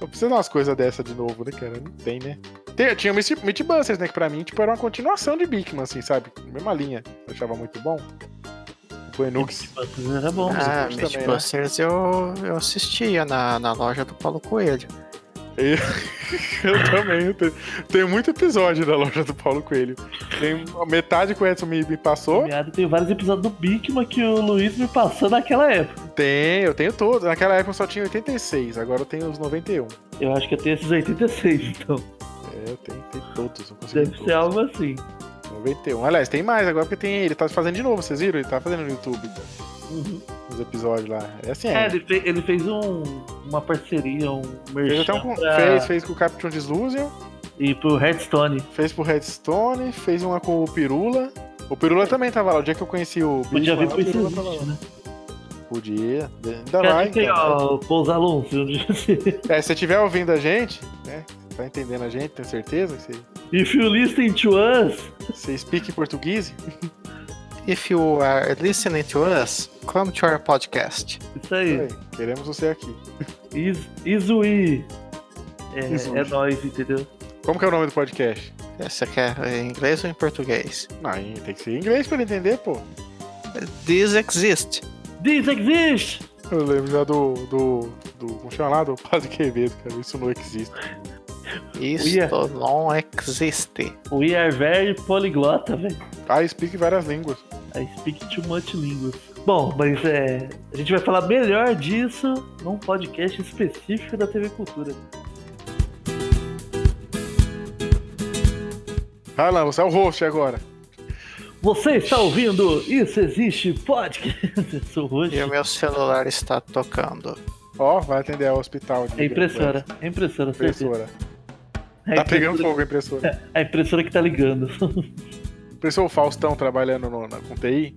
[SPEAKER 1] Eu preciso de umas coisas dessa de novo, né, cara? Não tem, né? Tem- tinha o Meat Meat Busters, né? Que pra mim, tipo, era uma continuação de Bigman, assim, sabe? Mesma linha. Eu achava muito bom. O Enux.
[SPEAKER 3] Mas Era bom.
[SPEAKER 1] Ah,
[SPEAKER 2] Ah,
[SPEAKER 1] também, né?
[SPEAKER 2] Mythbusters eu, eu assistia na, na loja do Paulo Coelho.
[SPEAKER 1] Eu também. eu tenho- Tem muito episódio da loja do Paulo Coelho. Tem metade que o Edson me, me passou.
[SPEAKER 3] Miado, Tem vários episódios do Bigman que o Luiz me passou naquela época.
[SPEAKER 1] Tem, eu tenho todos. Naquela época eu só tinha 86, agora eu tenho os 91.
[SPEAKER 3] Eu acho que eu tenho esses 86, então.
[SPEAKER 1] É, eu tenho, tenho todos. Eu consegui
[SPEAKER 3] Deve
[SPEAKER 1] todos.
[SPEAKER 3] ser algo assim.
[SPEAKER 1] 91. Aliás, tem mais agora porque tem ele. Tá fazendo de novo, vocês viram? Ele tá fazendo no YouTube
[SPEAKER 3] Uhum.
[SPEAKER 1] os episódios lá. É assim,
[SPEAKER 3] É,
[SPEAKER 1] é.
[SPEAKER 3] ele, fe- ele fez um, uma parceria, um
[SPEAKER 1] Fez, até
[SPEAKER 3] merchan
[SPEAKER 1] um com-
[SPEAKER 3] pra-
[SPEAKER 1] fez, fez com o Captain Disillusion,
[SPEAKER 3] e pro Hearthstone.
[SPEAKER 1] fez pro Redstone, fez uma com o Pirula. O Pirula também tava lá. O dia que eu conheci o
[SPEAKER 3] Podia
[SPEAKER 1] Bigman
[SPEAKER 3] vir
[SPEAKER 1] lá,
[SPEAKER 3] pro
[SPEAKER 1] o Pirula tava
[SPEAKER 3] Existe, né?
[SPEAKER 1] lá. Podia. Ainda
[SPEAKER 3] Cara,
[SPEAKER 1] vai,
[SPEAKER 3] tem,
[SPEAKER 1] então.
[SPEAKER 3] ó, pôs anúncios
[SPEAKER 1] É, se você estiver ouvindo a gente, né? Tá entendendo a gente, tenho certeza que você,
[SPEAKER 3] If you listen to us,
[SPEAKER 1] você speak português.
[SPEAKER 2] If you are listening to us, come to our podcast.
[SPEAKER 3] isso aí.
[SPEAKER 1] então, Aí, queremos você aqui.
[SPEAKER 3] Is, isui.
[SPEAKER 1] Isui.
[SPEAKER 3] É, é nóis, entendeu?
[SPEAKER 1] Como que é o nome do podcast?
[SPEAKER 2] Você quer é em inglês ou em português?
[SPEAKER 1] Não, em- tem que ser em inglês pra ele entender, pô.
[SPEAKER 2] This exist.
[SPEAKER 3] This exists!
[SPEAKER 1] Eu lembro já do. do. do como chama lá? Do Padre Quevedo, cara. Isso não existe.
[SPEAKER 2] Isto não existe.
[SPEAKER 3] We are very poliglota, velho.
[SPEAKER 1] Ah, speak várias línguas.
[SPEAKER 3] I speak too much linguas. Bom, mas é, a gente vai falar melhor disso num podcast específico da TV Cultura.
[SPEAKER 1] Ah, não, você é o host agora.
[SPEAKER 3] Você está ouvindo Isso Existe Podcast? Eu sou o Roxo.
[SPEAKER 2] E o meu celular está tocando.
[SPEAKER 1] Ó, vai atender ao hospital. de
[SPEAKER 3] É impressora, é impressora, certeza.
[SPEAKER 1] Impressora.
[SPEAKER 3] É
[SPEAKER 1] Tá
[SPEAKER 3] a
[SPEAKER 1] pegando
[SPEAKER 3] impressora-
[SPEAKER 1] fogo a impressora.
[SPEAKER 3] É a impressora que tá ligando.
[SPEAKER 1] Impressor Faustão trabalhando no, na, com TI.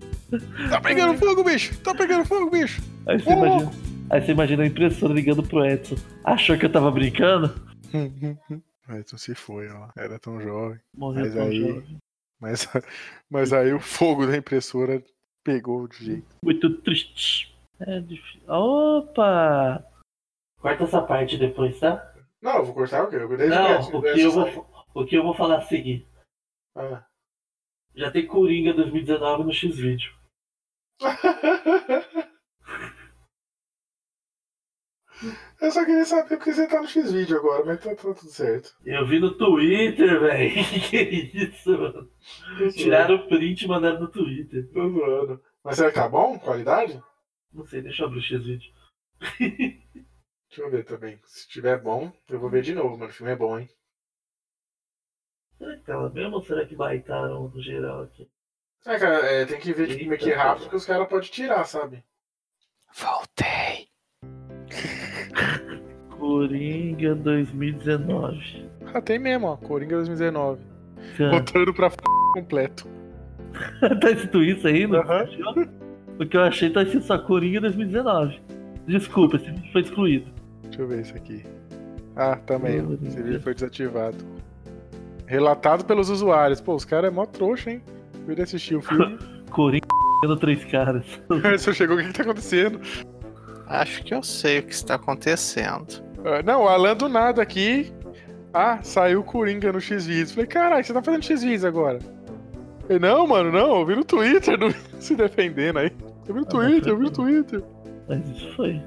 [SPEAKER 1] Tá pegando fogo, bicho! Tá pegando fogo, bicho!
[SPEAKER 3] Aí você,
[SPEAKER 1] Ô,
[SPEAKER 3] imagina, aí você imagina a impressora ligando pro Edson. Achou que eu tava brincando?
[SPEAKER 1] Edson se foi, ó. Era tão jovem.
[SPEAKER 3] Morreu
[SPEAKER 1] Mas
[SPEAKER 3] tão
[SPEAKER 1] aí-
[SPEAKER 3] jovem.
[SPEAKER 1] Mas, mas aí o fogo da impressora pegou de jeito.
[SPEAKER 3] Muito triste. É difícil. Opa! Corta essa parte depois, tá?
[SPEAKER 1] Não, eu vou cortar o quê? Eu vou
[SPEAKER 3] Não, o que eu vou, o que eu vou falar a seguir.
[SPEAKER 1] Ah.
[SPEAKER 3] Já tem Coringa 2019 no X-Video.
[SPEAKER 1] Eu só queria saber porque você tá no X-Video agora, mas tá, tudo certo.
[SPEAKER 3] Eu vi no Twitter, velho. que isso, mano? Tiraram o print e mandaram no Twitter.
[SPEAKER 1] Tô zoando. Mas será que tá bom? Qualidade?
[SPEAKER 3] Não sei, deixa eu abrir o X-Video.
[SPEAKER 1] Deixa eu ver também. Se tiver bom, eu vou ver de novo, mano. O filme é bom, hein?
[SPEAKER 3] Será que tava mesmo ou será que baitaram no geral aqui?
[SPEAKER 1] É, cara, é, tem que ver de como é que é rápido, porque os caras podem tirar, sabe?
[SPEAKER 2] Voltei.
[SPEAKER 3] Coringa 2019.
[SPEAKER 1] Ah, tem mesmo, ó. Coringa 2019. É.
[SPEAKER 3] Cara,
[SPEAKER 1] Voltando pra f... completo.
[SPEAKER 3] tá escrito isso aí? Não
[SPEAKER 1] Aham.
[SPEAKER 3] O que eu achei tá escrito só Coringa 2019. Desculpa, esse vídeo foi excluído.
[SPEAKER 1] Deixa eu ver isso aqui. Ah, também. ó.
[SPEAKER 3] Coringa.
[SPEAKER 1] Esse vídeo foi desativado. Relatado pelos usuários. Pô, os caras é mó trouxa, hein? Fui assistir o filme.
[SPEAKER 3] Coringa no Três Caras.
[SPEAKER 1] Aí só chegou, o que, que tá acontecendo?
[SPEAKER 2] Acho que eu sei o que está acontecendo.
[SPEAKER 1] Ah, não, o Alan do nada aqui. Ah, saiu o Coringa no X-Videos. Falei, caralho, você tá fazendo X-Videos agora? Ele, não, mano, não. Eu vi no Twitter não... se defendendo aí. Eu vi no
[SPEAKER 3] Ah, mas
[SPEAKER 1] Twitter, eu vi no
[SPEAKER 3] foi
[SPEAKER 1] Twitter.
[SPEAKER 3] Mas isso foi.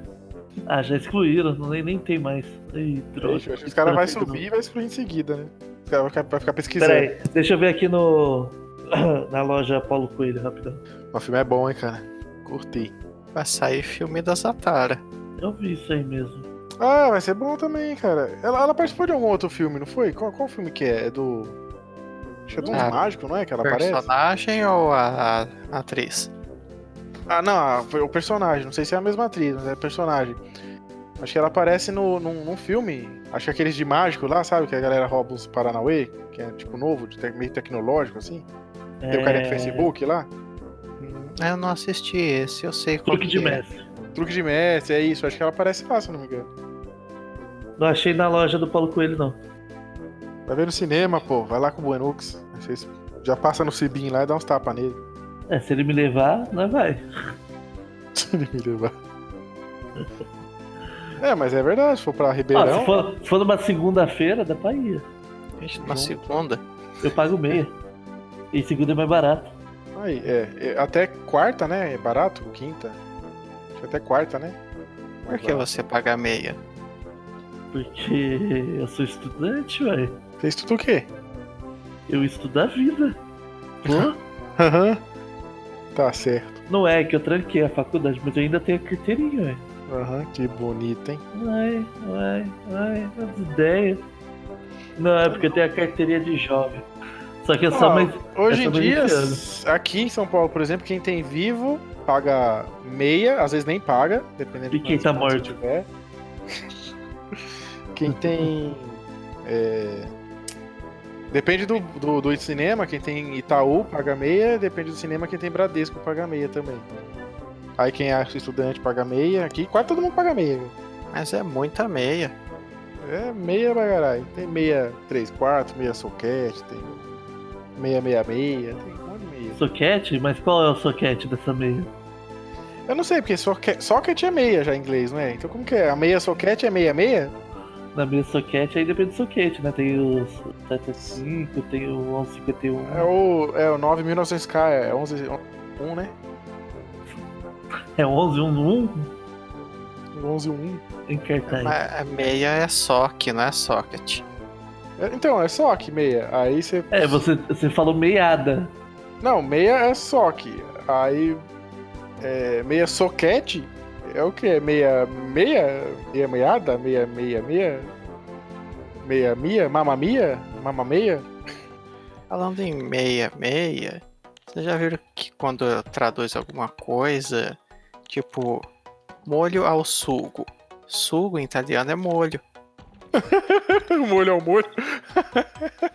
[SPEAKER 3] Ah, já excluíram, não, nem, nem tem mais. Ih,
[SPEAKER 1] Ixi,
[SPEAKER 3] trouxa.
[SPEAKER 1] eu acho que os caras vão subir e vai excluir em seguida, né? Vai ficar- vai ficar pesquisando.
[SPEAKER 3] Peraí, deixa eu ver aqui no. Na loja Paulo Coelho, rapidão.
[SPEAKER 1] O filme é bom, hein, cara. Curti.
[SPEAKER 2] Vai sair filme da Zatara.
[SPEAKER 3] Eu vi isso aí mesmo.
[SPEAKER 1] Ah, vai ser bom também, cara. Ela, ela participou de algum outro filme, não foi? Qual, qual filme que é? É do. Acho que é do
[SPEAKER 2] Ah,
[SPEAKER 1] Mágico, não é? Que ela aparece?
[SPEAKER 2] Personagem ou a, a atriz?
[SPEAKER 1] Ah, não, ah, foi o personagem. Não sei se é a mesma atriz, mas é personagem. Acho que ela aparece no, num, num filme. Acho que aqueles de mágico lá, sabe? Que a galera rouba uns Paranauê, que é tipo novo, de te- meio tecnológico, assim. Tem o carinha
[SPEAKER 3] É.
[SPEAKER 1] do Facebook lá.
[SPEAKER 2] Eu não assisti esse, eu sei qual
[SPEAKER 3] Truque de
[SPEAKER 2] que é.
[SPEAKER 3] mestre.
[SPEAKER 1] Truque de mestre, é isso. Acho que ela aparece lá, se eu não me engano.
[SPEAKER 3] Não achei na loja do Paulo Coelho, não.
[SPEAKER 1] Vai ver no Tá cinema, pô. Vai lá com o Buenux. Vocês já passa no Cibim lá e dá uns tapas nele.
[SPEAKER 3] É, se ele me levar, não vai.
[SPEAKER 1] Se ele me levar. É, mas é verdade, se for pra
[SPEAKER 3] Ah,
[SPEAKER 1] Ribeirão.
[SPEAKER 3] se, for, se for numa segunda-feira, dá pra ir.
[SPEAKER 2] Gente, na
[SPEAKER 1] Junto.
[SPEAKER 2] segunda.
[SPEAKER 3] Eu pago meia. E segunda é mais barato.
[SPEAKER 1] Aí, é, é, até quarta, né? É barato? Quinta? Acho que até quarta, né?
[SPEAKER 2] Por que você paga meia?
[SPEAKER 3] Porque eu sou estudante, ué.
[SPEAKER 1] Você estuda o quê?
[SPEAKER 3] Eu estudo a vida. Pô,
[SPEAKER 1] Aham. tá certo.
[SPEAKER 3] não é que eu tranquei a faculdade, mas eu ainda tenho a carteirinha, ué.
[SPEAKER 1] Aham, que bonito, hein?
[SPEAKER 3] Ai, ai, ai, as ideias. Não, é porque eu tenho a carteirinha de jovem. Só que eu sou
[SPEAKER 1] Ah,
[SPEAKER 3] mais.
[SPEAKER 1] Hoje em
[SPEAKER 3] Essa
[SPEAKER 1] dia,
[SPEAKER 3] bonitinha.
[SPEAKER 1] s- aqui em São Paulo, por exemplo, quem tem vivo paga meia, às vezes nem paga, dependendo
[SPEAKER 3] E quem
[SPEAKER 1] quantos
[SPEAKER 3] tá
[SPEAKER 1] pontos
[SPEAKER 3] morto?
[SPEAKER 1] tiver. quem tem. é, Depende do, do, do cinema, quem tem Itaú paga meia, depende do cinema, quem tem Bradesco paga meia também. Aí quem é estudante paga meia, aqui quase todo mundo paga meia. viu?
[SPEAKER 2] Mas é muita meia.
[SPEAKER 1] É meia pra caralho. Tem meia 3 quartos, meia soquete, tem meia meia meia, tem um monte de meia.
[SPEAKER 3] Soquete? Mas qual é o soquete dessa meia?
[SPEAKER 1] Eu não sei, porque soque- socket é meia já em inglês, não é? Então como que é? A meia socket é meia meia?
[SPEAKER 3] Na meia soquete, aí depende do soquete, né? Tem o 75, tem o 1151.
[SPEAKER 1] É o, é o 9900K, é 11, 1, né?
[SPEAKER 3] É 1111?
[SPEAKER 1] 11, 1.
[SPEAKER 3] Em cartaz.
[SPEAKER 2] Mas a meia é sock, não é socket.
[SPEAKER 1] É, Então, é sock, meia. Aí você...
[SPEAKER 3] É, você, você falou meiada.
[SPEAKER 1] Não, meia é sock. Aí... é, meia socket é o quê? Meia... Meia? Meia meiada? Meia meia meia? Meia mia? Mama mia? Mama meia?
[SPEAKER 2] Falando em meia, meia, vocês já viram que quando traduz alguma coisa, tipo, molho ao sugo. Sugo em italiano é molho.
[SPEAKER 1] Um molho ao molho.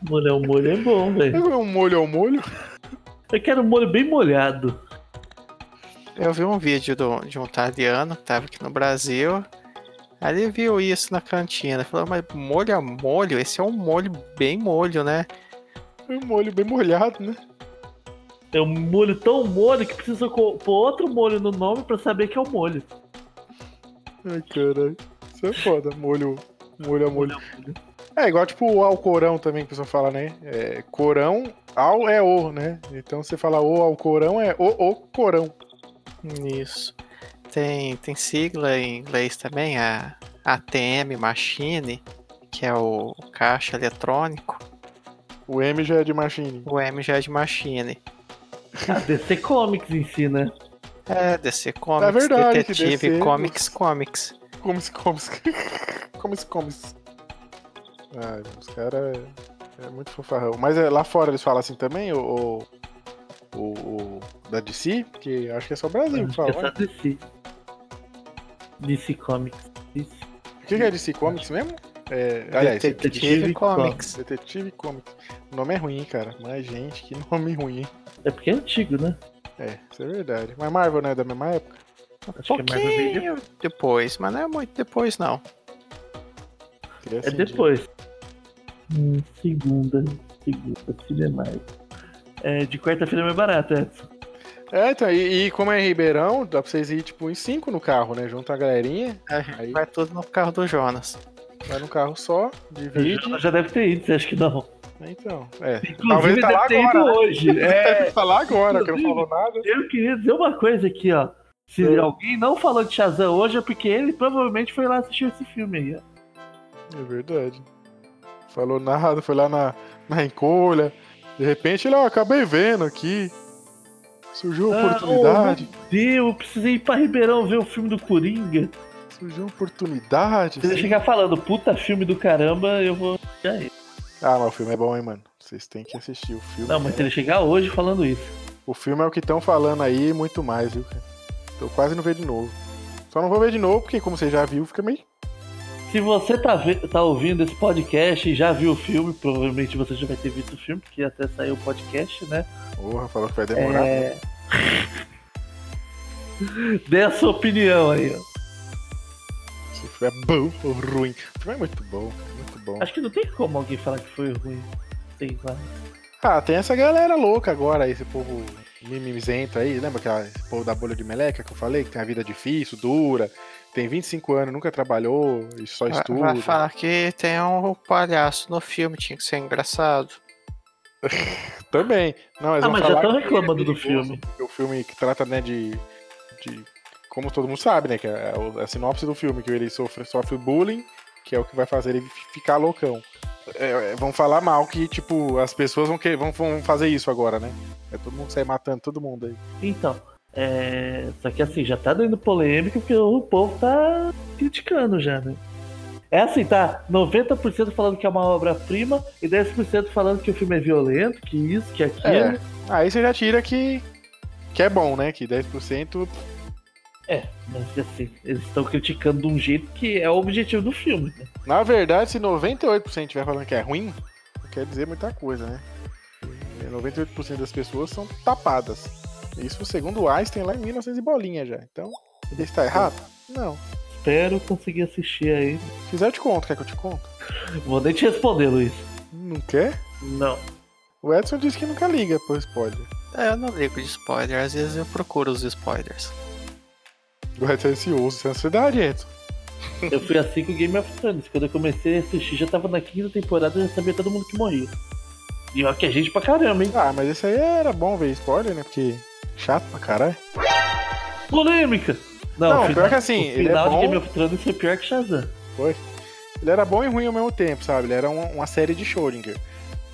[SPEAKER 3] Molho é um molho é bom, velho.
[SPEAKER 1] Um molho ao molho.
[SPEAKER 3] Eu quero um molho bem molhado.
[SPEAKER 2] Eu vi um vídeo do- de um italiano que tava aqui no Brasil. Aí ele viu isso na cantina. Falou, mas molho a molho? Esse é um molho bem molho, né?
[SPEAKER 1] Um molho bem molhado, né?
[SPEAKER 3] É um molho tão molho que precisa co- pôr outro molho no nome pra saber que é o molho.
[SPEAKER 1] Ai, caralho. Isso é foda, molho. Molho a molho.
[SPEAKER 3] Molho é um molho.
[SPEAKER 1] É igual tipo o alcorão também que a pessoa fala, né? É, corão, al é o, né? Então você fala o alcorão é o, o corão.
[SPEAKER 2] Isso. Tem, tem sigla em inglês também, a ATM Machine, que é o caixa eletrônico.
[SPEAKER 1] O M já é de machine.
[SPEAKER 2] O M já é de Machine.
[SPEAKER 3] Ah, DC Comics né? ensina.
[SPEAKER 2] É, DC Comics,
[SPEAKER 1] verdade, que
[SPEAKER 2] Detetive,
[SPEAKER 1] DC
[SPEAKER 2] Comics, Comics.
[SPEAKER 1] Como se come se. Como se come se. Ah, os caras. É muito fofarrão. Mas é, lá fora eles falam assim também, o. o- O, o da DC? Porque acho que é só o Brasil que fala.
[SPEAKER 3] É só
[SPEAKER 1] né?
[SPEAKER 3] DC. DC Comics. DC.
[SPEAKER 1] O que, que é DC Comics mesmo? É, aliás,
[SPEAKER 2] Detetive,
[SPEAKER 3] Detetive
[SPEAKER 2] Comics.
[SPEAKER 1] Detetive Comics. O nome é ruim, hein, cara. Mas, gente, que nome ruim. hein?
[SPEAKER 3] É porque é antigo, né?
[SPEAKER 1] É, isso é verdade. Mas Marvel não é da mesma época?
[SPEAKER 3] Acho que é mais
[SPEAKER 2] Pouquinho
[SPEAKER 3] vermelho.
[SPEAKER 2] depois, mas não é muito depois, não.
[SPEAKER 1] Queria
[SPEAKER 3] É
[SPEAKER 1] assim,
[SPEAKER 3] depois. Hum, segunda. Segunda. Cinemais. É, de quarta-feira é mais barato, Edson.
[SPEAKER 1] de- É, então, e, e como é em Ribeirão, dá pra vocês ir, tipo, em cinco no carro, né? Junta a galerinha, aí
[SPEAKER 2] Vai tudo no carro do Jonas.
[SPEAKER 1] vai num carro só, divide.
[SPEAKER 3] Já deve ter ido, você acha que não?
[SPEAKER 1] Então, é. Talvez
[SPEAKER 3] Inclusive,
[SPEAKER 1] tá lá
[SPEAKER 3] deve ter ido
[SPEAKER 1] agora, né?
[SPEAKER 3] hoje. É,
[SPEAKER 1] Tá lá agora, que não
[SPEAKER 3] Inclusive.
[SPEAKER 1] falou nada.
[SPEAKER 3] eu queria dizer uma coisa aqui, ó. Se
[SPEAKER 1] É.
[SPEAKER 3] alguém não falou de Shazam hoje, é porque ele provavelmente foi lá assistir esse filme aí, ó.
[SPEAKER 1] É verdade. Falou nada, foi lá na, na encolha. De repente ele, ó, acabei vendo aqui. Surgiu a
[SPEAKER 3] Ah,
[SPEAKER 1] oportunidade.
[SPEAKER 3] Deus, eu precisei ir pra Ribeirão ver o filme do Coringa.
[SPEAKER 1] Surgiu a oportunidade.
[SPEAKER 3] Se eu chegar falando, puta filme do caramba, eu vou. Já é.
[SPEAKER 1] Ah, mas o filme é bom, hein, mano. Vocês têm que assistir o filme. né?
[SPEAKER 3] Não, mas se ele chegar hoje falando isso.
[SPEAKER 1] O filme é o que estão falando aí e muito mais, viu, cara? Eu quase não vê de novo. Só não vou ver de novo, porque como você já viu, fica meio.
[SPEAKER 3] Se você tá, ve- tá ouvindo esse podcast e já viu o filme, provavelmente você já vai ter visto o filme, porque até saiu o podcast, né?
[SPEAKER 1] Porra, falou que vai demorar.
[SPEAKER 3] É. Dê a sua opinião aí. ó.
[SPEAKER 1] Se o filme é bom ou ruim. O filme é muito bom, cara, muito bom.
[SPEAKER 3] Acho que não tem como alguém falar que foi ruim. Tem, claro.
[SPEAKER 1] Ah, tem essa galera louca agora, esse povo mimizento aí. Lembra aquela esse povo da bolha de meleca que eu falei? Que tem a vida difícil, dura, tem 25 anos, nunca trabalhou e só
[SPEAKER 2] Vai,
[SPEAKER 1] estuda.
[SPEAKER 2] vai falar que tem um palhaço no filme, tinha que ser engraçado.
[SPEAKER 1] Também. Não, eles
[SPEAKER 3] Ah,
[SPEAKER 1] vão
[SPEAKER 3] mas já
[SPEAKER 1] falar
[SPEAKER 3] tão
[SPEAKER 1] que é
[SPEAKER 3] reclamando do
[SPEAKER 1] perigoso,
[SPEAKER 3] filme.
[SPEAKER 1] porque O filme que trata, né, de, de. Como todo mundo sabe, né? Que é o- a sinopse do filme, que ele sofre, sofre bullying, que é o que vai fazer ele fi- ficar loucão. É, é, vão falar mal que, tipo, as pessoas vão, que, vão, vão fazer isso agora, né? É todo mundo sair matando todo mundo aí.
[SPEAKER 3] Então, é... só que assim, já tá dando polêmica porque o povo tá criticando já, né? É assim, tá 90% falando que é uma obra-prima e 10% falando que o filme é violento, que isso, que aquilo.
[SPEAKER 1] É. Aí você já tira que. Que é bom, né? Que 10%.
[SPEAKER 3] Mas assim, eles estão criticando de um jeito que é o objetivo do filme, né?
[SPEAKER 1] Na verdade, se 98% estiver falando que é ruim, não quer dizer muita coisa, né? 98% das pessoas são tapadas. Isso segundo Einstein lá em 1900 e bolinha já. Então, ele está errado? Não.
[SPEAKER 3] Espero conseguir assistir aí.
[SPEAKER 1] Se quiser eu te conto, quer que eu te conto?
[SPEAKER 3] Vou nem te responder, Luiz.
[SPEAKER 1] Não quer?
[SPEAKER 3] Não.
[SPEAKER 1] O Edson disse que nunca liga pro spoiler.
[SPEAKER 2] É, eu não ligo de spoiler, às vezes eu procuro os spoilers.
[SPEAKER 1] O Edson é ansioso, isso é ansiedade, Edson.
[SPEAKER 3] Eu fui assim com Game of Thrones. Quando eu comecei a assistir, já tava na quinta temporada e já sabia todo mundo que morria. E olha que a gente pra caramba, hein?
[SPEAKER 1] Ah, mas esse aí era bom ver spoiler, né? Porque chato pra caralho.
[SPEAKER 3] Polêmica!
[SPEAKER 1] Não,
[SPEAKER 3] o
[SPEAKER 1] pior que assim,
[SPEAKER 3] O
[SPEAKER 1] ele é
[SPEAKER 3] final
[SPEAKER 1] bom.
[SPEAKER 3] de Game of Thrones foi pior que Shazam.
[SPEAKER 1] ele era bom e ruim ao mesmo tempo, sabe? Ele era uma, uma série de Schrödinger.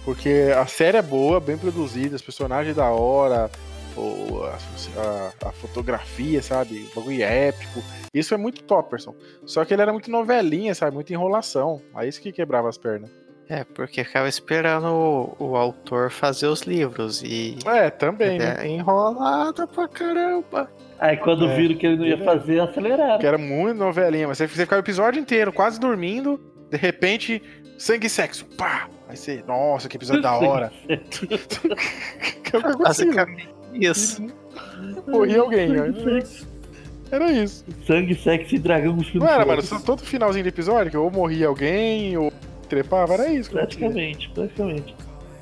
[SPEAKER 1] Porque a série é boa, bem produzida, os personagens da hora, o- a, a- a fotografia, sabe? O bagulho é épico. Isso é muito Topperson. Só que ele era muito novelinha, sabe? Muita enrolação. Aí isso que quebrava as pernas.
[SPEAKER 2] É, porque ficava esperando o, o autor fazer os livros e.
[SPEAKER 1] É, também, né?
[SPEAKER 2] É enrolada pra caramba.
[SPEAKER 3] Aí quando
[SPEAKER 1] É.
[SPEAKER 3] viram que ele não ia
[SPEAKER 1] Ele é-
[SPEAKER 3] fazer, aceleraram.
[SPEAKER 1] Que era muito novelinha, mas você, você ficava o episódio inteiro quase dormindo, de repente, sangue e sexo. Pá! Aí você, nossa, que episódio da hora. que é o que acontecia.
[SPEAKER 2] Basicamente isso.
[SPEAKER 1] Morria alguém, né?
[SPEAKER 3] Sangue, sexo,
[SPEAKER 1] Era isso.
[SPEAKER 3] sangue, sexo e dragão nos
[SPEAKER 1] Não
[SPEAKER 3] filmes.
[SPEAKER 1] era, mano,
[SPEAKER 3] todos.
[SPEAKER 1] só todo finalzinho do episódio, que ou morria alguém, ou trepava, era isso. Que acontecia.
[SPEAKER 3] Praticamente, praticamente.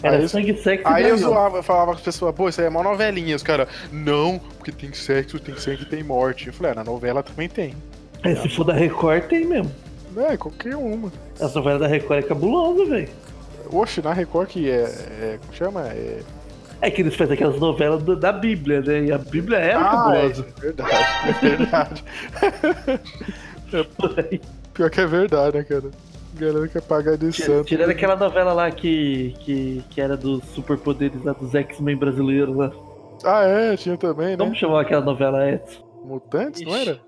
[SPEAKER 3] Era
[SPEAKER 1] Aí eu-
[SPEAKER 3] sangue, sexo e
[SPEAKER 1] Aí eu
[SPEAKER 3] dragão.
[SPEAKER 1] zoava, eu falava com as pessoas, pô, isso aí é uma novelinha. Os caras, não, porque tem sexo, tem sangue, tem morte. Eu falei, ah, na novela também tem.
[SPEAKER 3] Aí se for da Record, tem mesmo.
[SPEAKER 1] É, qualquer uma.
[SPEAKER 3] Essa novela da Record é cabulosa, velho.
[SPEAKER 1] Oxe, na Record que é. é como chama? É.
[SPEAKER 3] É que eles fazem aquelas novelas do- da Bíblia, né? E a Bíblia é
[SPEAKER 1] é
[SPEAKER 3] cabulosa.
[SPEAKER 1] verdade, é verdade. Pior que é verdade, né, cara? Galera que é pagar de santo.
[SPEAKER 3] Tirando aquela novela lá que, que, que era dos superpoderes lá dos X-Men brasileiros lá.
[SPEAKER 1] Ah, é, tinha também, né?
[SPEAKER 3] Como chamou aquela novela, é? Edson?
[SPEAKER 1] Mutantes, não
[SPEAKER 2] Ixi.
[SPEAKER 1] era?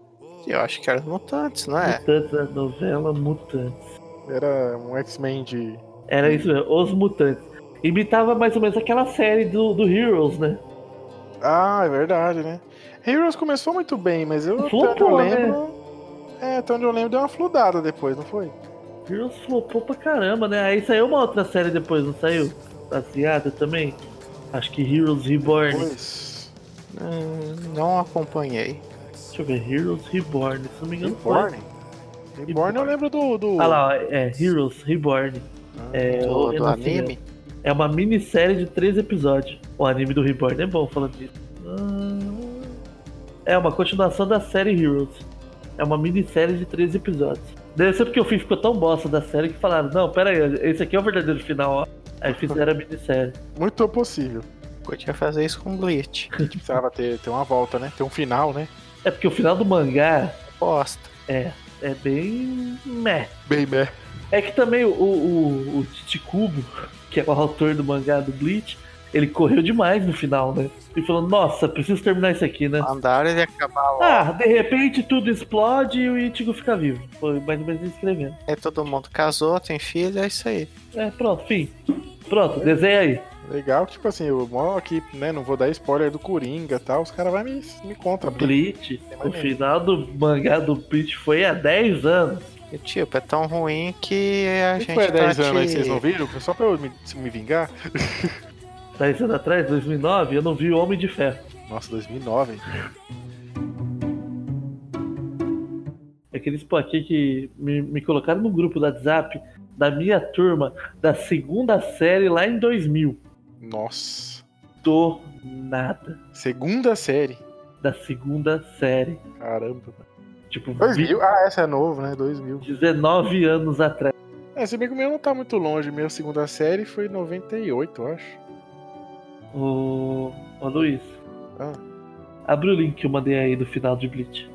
[SPEAKER 2] Eu acho que era os mutantes, não é?
[SPEAKER 3] Mutantes, a novela Mutantes.
[SPEAKER 1] Era um X-Men de.
[SPEAKER 3] Era isso mesmo, Os Mutantes. Imitava mais ou menos aquela série do, do Heroes, né?
[SPEAKER 1] Ah, é verdade, né? Heroes começou muito bem, mas eu, até onde eu
[SPEAKER 3] Flopou, né?
[SPEAKER 1] lembro. É, até onde eu lembro deu uma fludada depois, não foi?
[SPEAKER 3] Heroes flopou pra caramba, né? Aí saiu uma outra série depois, não saiu? Asiada também? Acho que Heroes Reborn.
[SPEAKER 1] Pois.
[SPEAKER 2] Hum, não acompanhei.
[SPEAKER 3] Deixa eu ver, Heroes Reborn, se não me engano. foi.
[SPEAKER 1] Reborn? Reborn eu lembro do. do...
[SPEAKER 3] Ah lá, ó, é Heroes Reborn. É,
[SPEAKER 2] Ah, Do,
[SPEAKER 3] eu
[SPEAKER 2] do
[SPEAKER 3] não sei,
[SPEAKER 2] anime?
[SPEAKER 3] É uma minissérie de três episódios. O anime do Reborn é bom falando disso. Ah, É uma continuação da série Heroes. É uma minissérie de três episódios. Deve ser porque o fim ficou tão bosta da série que falaram, não, pera aí, esse aqui é o verdadeiro final, ó. Aí fizeram a minissérie.
[SPEAKER 1] Muito possível.
[SPEAKER 2] Podia fazer isso com Bleach.
[SPEAKER 1] A gente precisava ter, ter uma volta, né? Ter um final, né?
[SPEAKER 3] É porque o final do mangá
[SPEAKER 2] Bosta.
[SPEAKER 3] é, é bem. meh.
[SPEAKER 1] Baby.
[SPEAKER 3] É que também o, o, o Titi Kubo, que é o autor do mangá do Bleach, ele correu demais no final, né? Ele falou, nossa, preciso terminar isso aqui, né?
[SPEAKER 2] Mandaram ele acabar logo.
[SPEAKER 3] Ah, de repente tudo explode e o Ichigo fica vivo. Foi mais ou menos isso que ele escrevendo.
[SPEAKER 2] Aí todo mundo casou, tem filho, é isso aí.
[SPEAKER 3] É, pronto, fim. Pronto, desenha aí.
[SPEAKER 1] Legal, tipo assim, eu mó aqui, né? Não vou dar spoiler do Coringa e tal, os caras vão me, me contra.
[SPEAKER 3] Bleach, o final do mangá do Bleach foi há 10 anos.
[SPEAKER 2] E, tipo, é tão ruim que a
[SPEAKER 1] O que
[SPEAKER 2] gente.
[SPEAKER 1] foi há
[SPEAKER 2] tá
[SPEAKER 1] 10 anos aí,
[SPEAKER 2] aqui-
[SPEAKER 1] vocês não viram? Foi só pra eu me, se me vingar?
[SPEAKER 3] 10 anos Tá atrás, 2009, eu não vi o Homem de Ferro.
[SPEAKER 1] Nossa, 2009. hein?
[SPEAKER 3] Aqueles pô É aqui que me, me colocaram no grupo do WhatsApp da minha turma da segunda série lá em 2000.
[SPEAKER 1] Nossa.
[SPEAKER 3] Do nada.
[SPEAKER 1] Segunda série.
[SPEAKER 3] Da segunda série.
[SPEAKER 1] Caramba.
[SPEAKER 3] Tipo,
[SPEAKER 1] 2000? Ah, essa é novo, né? 2000.
[SPEAKER 3] 19 anos atrás.
[SPEAKER 1] É, se bem que o meu não tá muito longe. Minha segunda série foi 98, eu acho.
[SPEAKER 3] Ô, ô Luiz.
[SPEAKER 1] Ah.
[SPEAKER 3] Abre o link que eu mandei aí do final de Bleach.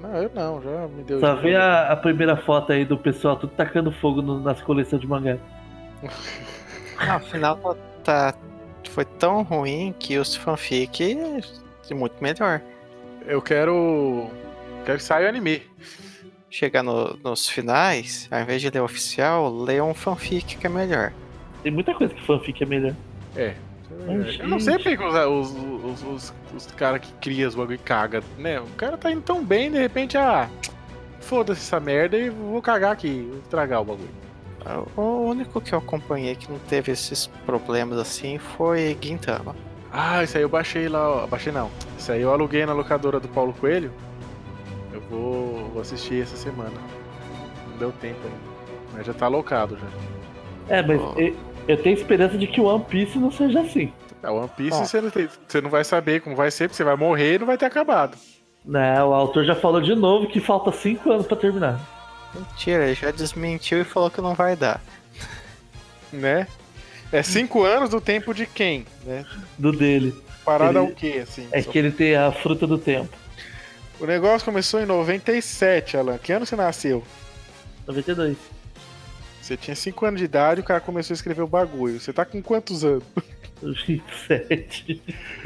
[SPEAKER 1] Não, eu não, já me deu.
[SPEAKER 3] Só vê a, a primeira foto aí do pessoal tudo tacando fogo no- nas coleções de mangá.
[SPEAKER 2] Não, afinal, tá... foi tão ruim que os fanfic é muito melhor.
[SPEAKER 1] Eu quero. Quero que saia o anime.
[SPEAKER 2] Chegar no- nos finais, ao invés de ler o oficial, lê um fanfic que é melhor.
[SPEAKER 3] Tem muita coisa que fanfic é melhor.
[SPEAKER 1] Eu não sei porque os, os, os, os, caras que criam os bagulho caga, né? O cara tá indo tão bem, de repente, ah, foda-se essa merda e vou cagar aqui, vou estragar o bagulho.
[SPEAKER 2] O único que eu acompanhei que não teve esses problemas assim foi Guintama.
[SPEAKER 1] Ah, isso aí eu baixei lá, ó. Baixei não. Isso aí eu aluguei na locadora do Paulo Coelho. Eu vou, vou assistir essa semana. Não deu tempo ainda. Mas já tá alocado já.
[SPEAKER 3] É, mas
[SPEAKER 2] Ó.
[SPEAKER 3] eu, eu tenho esperança de que o One Piece não seja assim.
[SPEAKER 1] A É, One Piece
[SPEAKER 2] Ó.
[SPEAKER 1] você, não tem- você não vai saber como vai ser, porque você vai morrer e não vai ter acabado.
[SPEAKER 3] Não, Né, o autor já falou de novo que falta 5 anos pra terminar.
[SPEAKER 2] Mentira, ele já desmentiu e falou que não vai dar.
[SPEAKER 1] Né? É cinco anos do tempo de quem, né?
[SPEAKER 3] Do dele.
[SPEAKER 1] Parada
[SPEAKER 3] Ele-
[SPEAKER 1] o quê, assim?
[SPEAKER 3] É
[SPEAKER 1] Só-
[SPEAKER 3] que ele tem a fruta do tempo.
[SPEAKER 1] O negócio começou em 97, Alan. Que ano você nasceu?
[SPEAKER 3] 92.
[SPEAKER 1] Você tinha 5 anos de idade e o cara começou a escrever o bagulho. Você tá com quantos anos?
[SPEAKER 3] 27.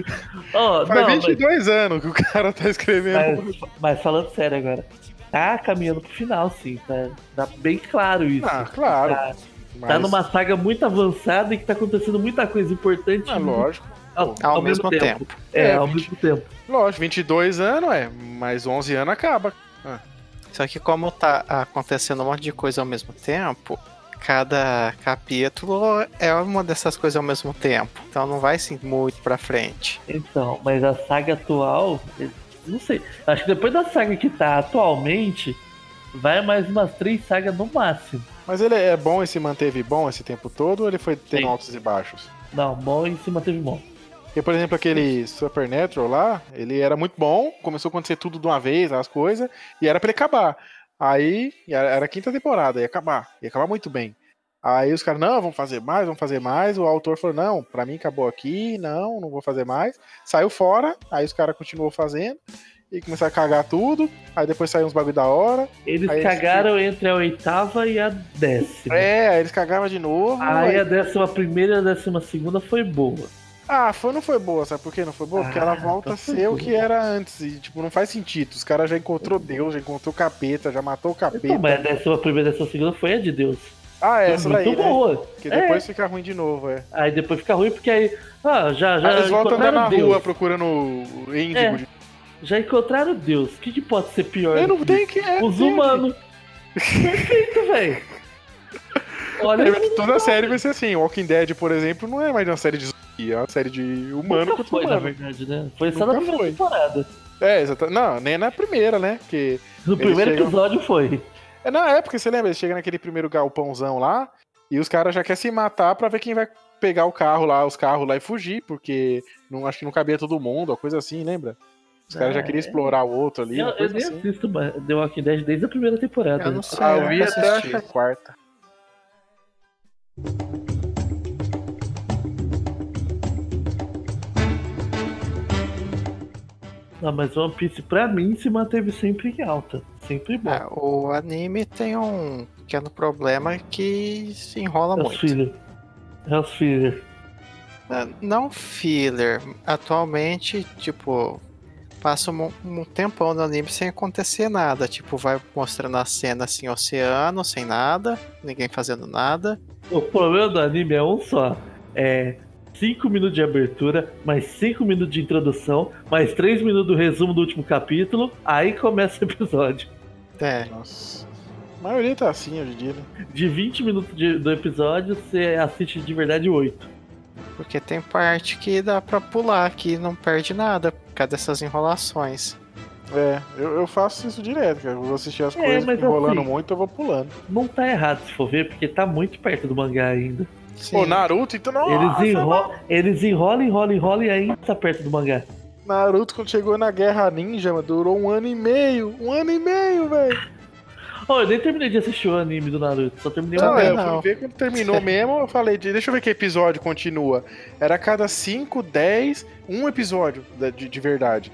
[SPEAKER 3] Ó,
[SPEAKER 1] Faz
[SPEAKER 3] não, mas-
[SPEAKER 1] 22 anos que o cara tá escrevendo.
[SPEAKER 3] mas, mas falando sério agora. Tá caminhando pro final, sim. Tá, tá bem claro isso.
[SPEAKER 1] Ah, claro.
[SPEAKER 3] Tá,
[SPEAKER 1] Mas...
[SPEAKER 3] tá numa saga muito avançada e que tá acontecendo muita coisa importante
[SPEAKER 1] Ah, lógico.
[SPEAKER 3] ao,
[SPEAKER 2] Ao mesmo
[SPEAKER 3] É,
[SPEAKER 1] É,
[SPEAKER 3] ao
[SPEAKER 1] gente.
[SPEAKER 3] mesmo tempo.
[SPEAKER 1] Lógico, 22 anos, é. Mas 11 anos acaba.
[SPEAKER 2] Só que como tá acontecendo um monte de coisa ao mesmo tempo, cada capítulo é uma dessas coisas ao mesmo tempo. Então não vai assim muito pra frente.
[SPEAKER 3] Então, mas a saga atual, eu não sei. Acho que depois da saga que tá atualmente, vai mais umas três sagas no máximo.
[SPEAKER 1] Mas ele é bom e se manteve bom esse tempo todo ou ele foi tendo
[SPEAKER 3] Sim.
[SPEAKER 1] altos e baixos?
[SPEAKER 3] Não, bom em cima teve bom.
[SPEAKER 1] Porque, por exemplo, aquele Supernatural lá, ele era muito bom, começou a acontecer tudo de uma vez, as coisas, e era pra ele acabar. Aí, e era era a quinta temporada, ia acabar, ia acabar muito bem. Aí os caras, não, vamos fazer mais, vamos fazer mais. O autor falou, não, pra mim acabou aqui, não, não vou fazer mais. Saiu fora, aí os caras continuou fazendo, e começaram a cagar tudo. Aí depois saiu uns bagulho da hora.
[SPEAKER 3] Eles
[SPEAKER 1] Aí,
[SPEAKER 3] cagaram entre a oitava e a décima.
[SPEAKER 1] É, aí eles cagavam de novo.
[SPEAKER 3] Aí
[SPEAKER 1] aí-
[SPEAKER 3] a décima primeira e a décima segunda foi boa.
[SPEAKER 1] Ah, foi, não foi boa, sabe por que não foi boa? Porque
[SPEAKER 3] Ah,
[SPEAKER 1] ela volta
[SPEAKER 3] tá
[SPEAKER 1] a ser o que
[SPEAKER 3] tranquilo.
[SPEAKER 1] era antes. E, tipo, não faz sentido. Os caras já encontrou Deus, já encontrou o capeta, já matou o
[SPEAKER 3] Então,
[SPEAKER 1] capeta.
[SPEAKER 3] mas a décima primeira e a décima segunda foi a de Deus.
[SPEAKER 1] Ah, é,
[SPEAKER 3] Foi
[SPEAKER 1] essa daí,
[SPEAKER 3] muito
[SPEAKER 1] né?
[SPEAKER 3] boa.
[SPEAKER 1] Porque
[SPEAKER 3] É.
[SPEAKER 1] depois fica ruim de novo, é.
[SPEAKER 3] Aí depois fica ruim porque aí. Ah, já, já.
[SPEAKER 1] Aí eles voltam a andar
[SPEAKER 3] encontraram
[SPEAKER 1] na
[SPEAKER 3] Deus.
[SPEAKER 1] rua procurando o índigo.
[SPEAKER 3] É.
[SPEAKER 1] de-
[SPEAKER 3] Já encontraram Deus. O que, que pode ser pior?
[SPEAKER 1] Eu
[SPEAKER 3] do
[SPEAKER 1] não
[SPEAKER 3] que
[SPEAKER 1] tenho que...
[SPEAKER 3] isso?
[SPEAKER 1] É,
[SPEAKER 3] Os
[SPEAKER 1] tem-
[SPEAKER 3] humanos. Perfeito, velho. Olha,
[SPEAKER 1] É, Toda série vai ser assim. Walking Dead, por exemplo, não é mais uma série de zumbi, é uma série de humano
[SPEAKER 3] nunca
[SPEAKER 1] contra
[SPEAKER 3] foi, na
[SPEAKER 1] humano.
[SPEAKER 3] verdade, né? Foi só na
[SPEAKER 1] Nunca
[SPEAKER 3] primeira
[SPEAKER 1] foi.
[SPEAKER 3] temporada.
[SPEAKER 1] É, exatamente. Não, nem na primeira, né? Porque
[SPEAKER 3] No
[SPEAKER 1] Eles
[SPEAKER 3] primeiro
[SPEAKER 1] chegam-
[SPEAKER 3] episódio foi.
[SPEAKER 1] É, não, é porque você lembra, eles chegam naquele primeiro galpãozão lá e os caras já querem se matar pra ver quem vai pegar o carro lá, os carros lá e fugir, porque não, acho que não cabia todo mundo, uma coisa assim, lembra? Os caras já
[SPEAKER 3] Ah,
[SPEAKER 1] queriam
[SPEAKER 3] é.
[SPEAKER 1] explorar o outro ali,
[SPEAKER 3] Eu,
[SPEAKER 1] uma
[SPEAKER 3] eu
[SPEAKER 1] coisa
[SPEAKER 3] nem
[SPEAKER 1] assim.
[SPEAKER 3] assisto mais The Walking Dead desde a primeira temporada.
[SPEAKER 2] Eu não sei.
[SPEAKER 1] Ah, eu vi
[SPEAKER 2] nunca
[SPEAKER 1] até
[SPEAKER 2] assisti.
[SPEAKER 1] a quarta.
[SPEAKER 3] Não, mas One Piece pra mim se manteve sempre em alta. Sempre bom.
[SPEAKER 2] Ah, o anime É, tem um pequeno problema que se
[SPEAKER 1] tá
[SPEAKER 2] enrola
[SPEAKER 3] É os
[SPEAKER 2] muito.
[SPEAKER 3] filler. É os filler.
[SPEAKER 2] Ah, Não filler. Atualmente, tipo, passa um, um tempão no anime sem acontecer nada. Tipo, vai mostrando a cena assim, oceano, sem nada, ninguém fazendo nada.
[SPEAKER 3] O problema do anime é um só. É 5 minutos de abertura, mais 5 minutos de introdução, mais 3 minutos do resumo do último capítulo, aí começa o episódio.
[SPEAKER 2] É,
[SPEAKER 1] Nossa. A maioria tá assim hoje em dia, né?
[SPEAKER 3] De 20 minutos de- do episódio, você assiste de verdade 8.
[SPEAKER 2] porque tem parte que dá pra pular, que não perde nada por causa dessas enrolações.
[SPEAKER 1] É, eu, eu faço isso direto, cara. Eu vou assistir as
[SPEAKER 3] É,
[SPEAKER 1] coisas
[SPEAKER 3] mas
[SPEAKER 1] enrolando
[SPEAKER 3] assim-
[SPEAKER 1] muito, eu vou pulando.
[SPEAKER 3] Não tá errado se for ver, porque tá muito perto do mangá ainda.
[SPEAKER 2] Sim.
[SPEAKER 1] Pô, Naruto, então não.
[SPEAKER 3] Eles, enro eles enrolam, enrolam, enrolam e ainda tá perto do mangá.
[SPEAKER 1] Naruto, quando chegou na Guerra Ninja, mano, durou um ano e meio. Um ano e meio, velho.
[SPEAKER 3] Oh, eu nem terminei de assistir o anime do Naruto, só terminei o
[SPEAKER 1] Não,
[SPEAKER 3] mangá.
[SPEAKER 1] é, eu
[SPEAKER 2] não.
[SPEAKER 1] fui ver quando terminou mesmo, eu falei, de- deixa eu ver que episódio continua. Era a cada 5, 10, um episódio da- de, de verdade.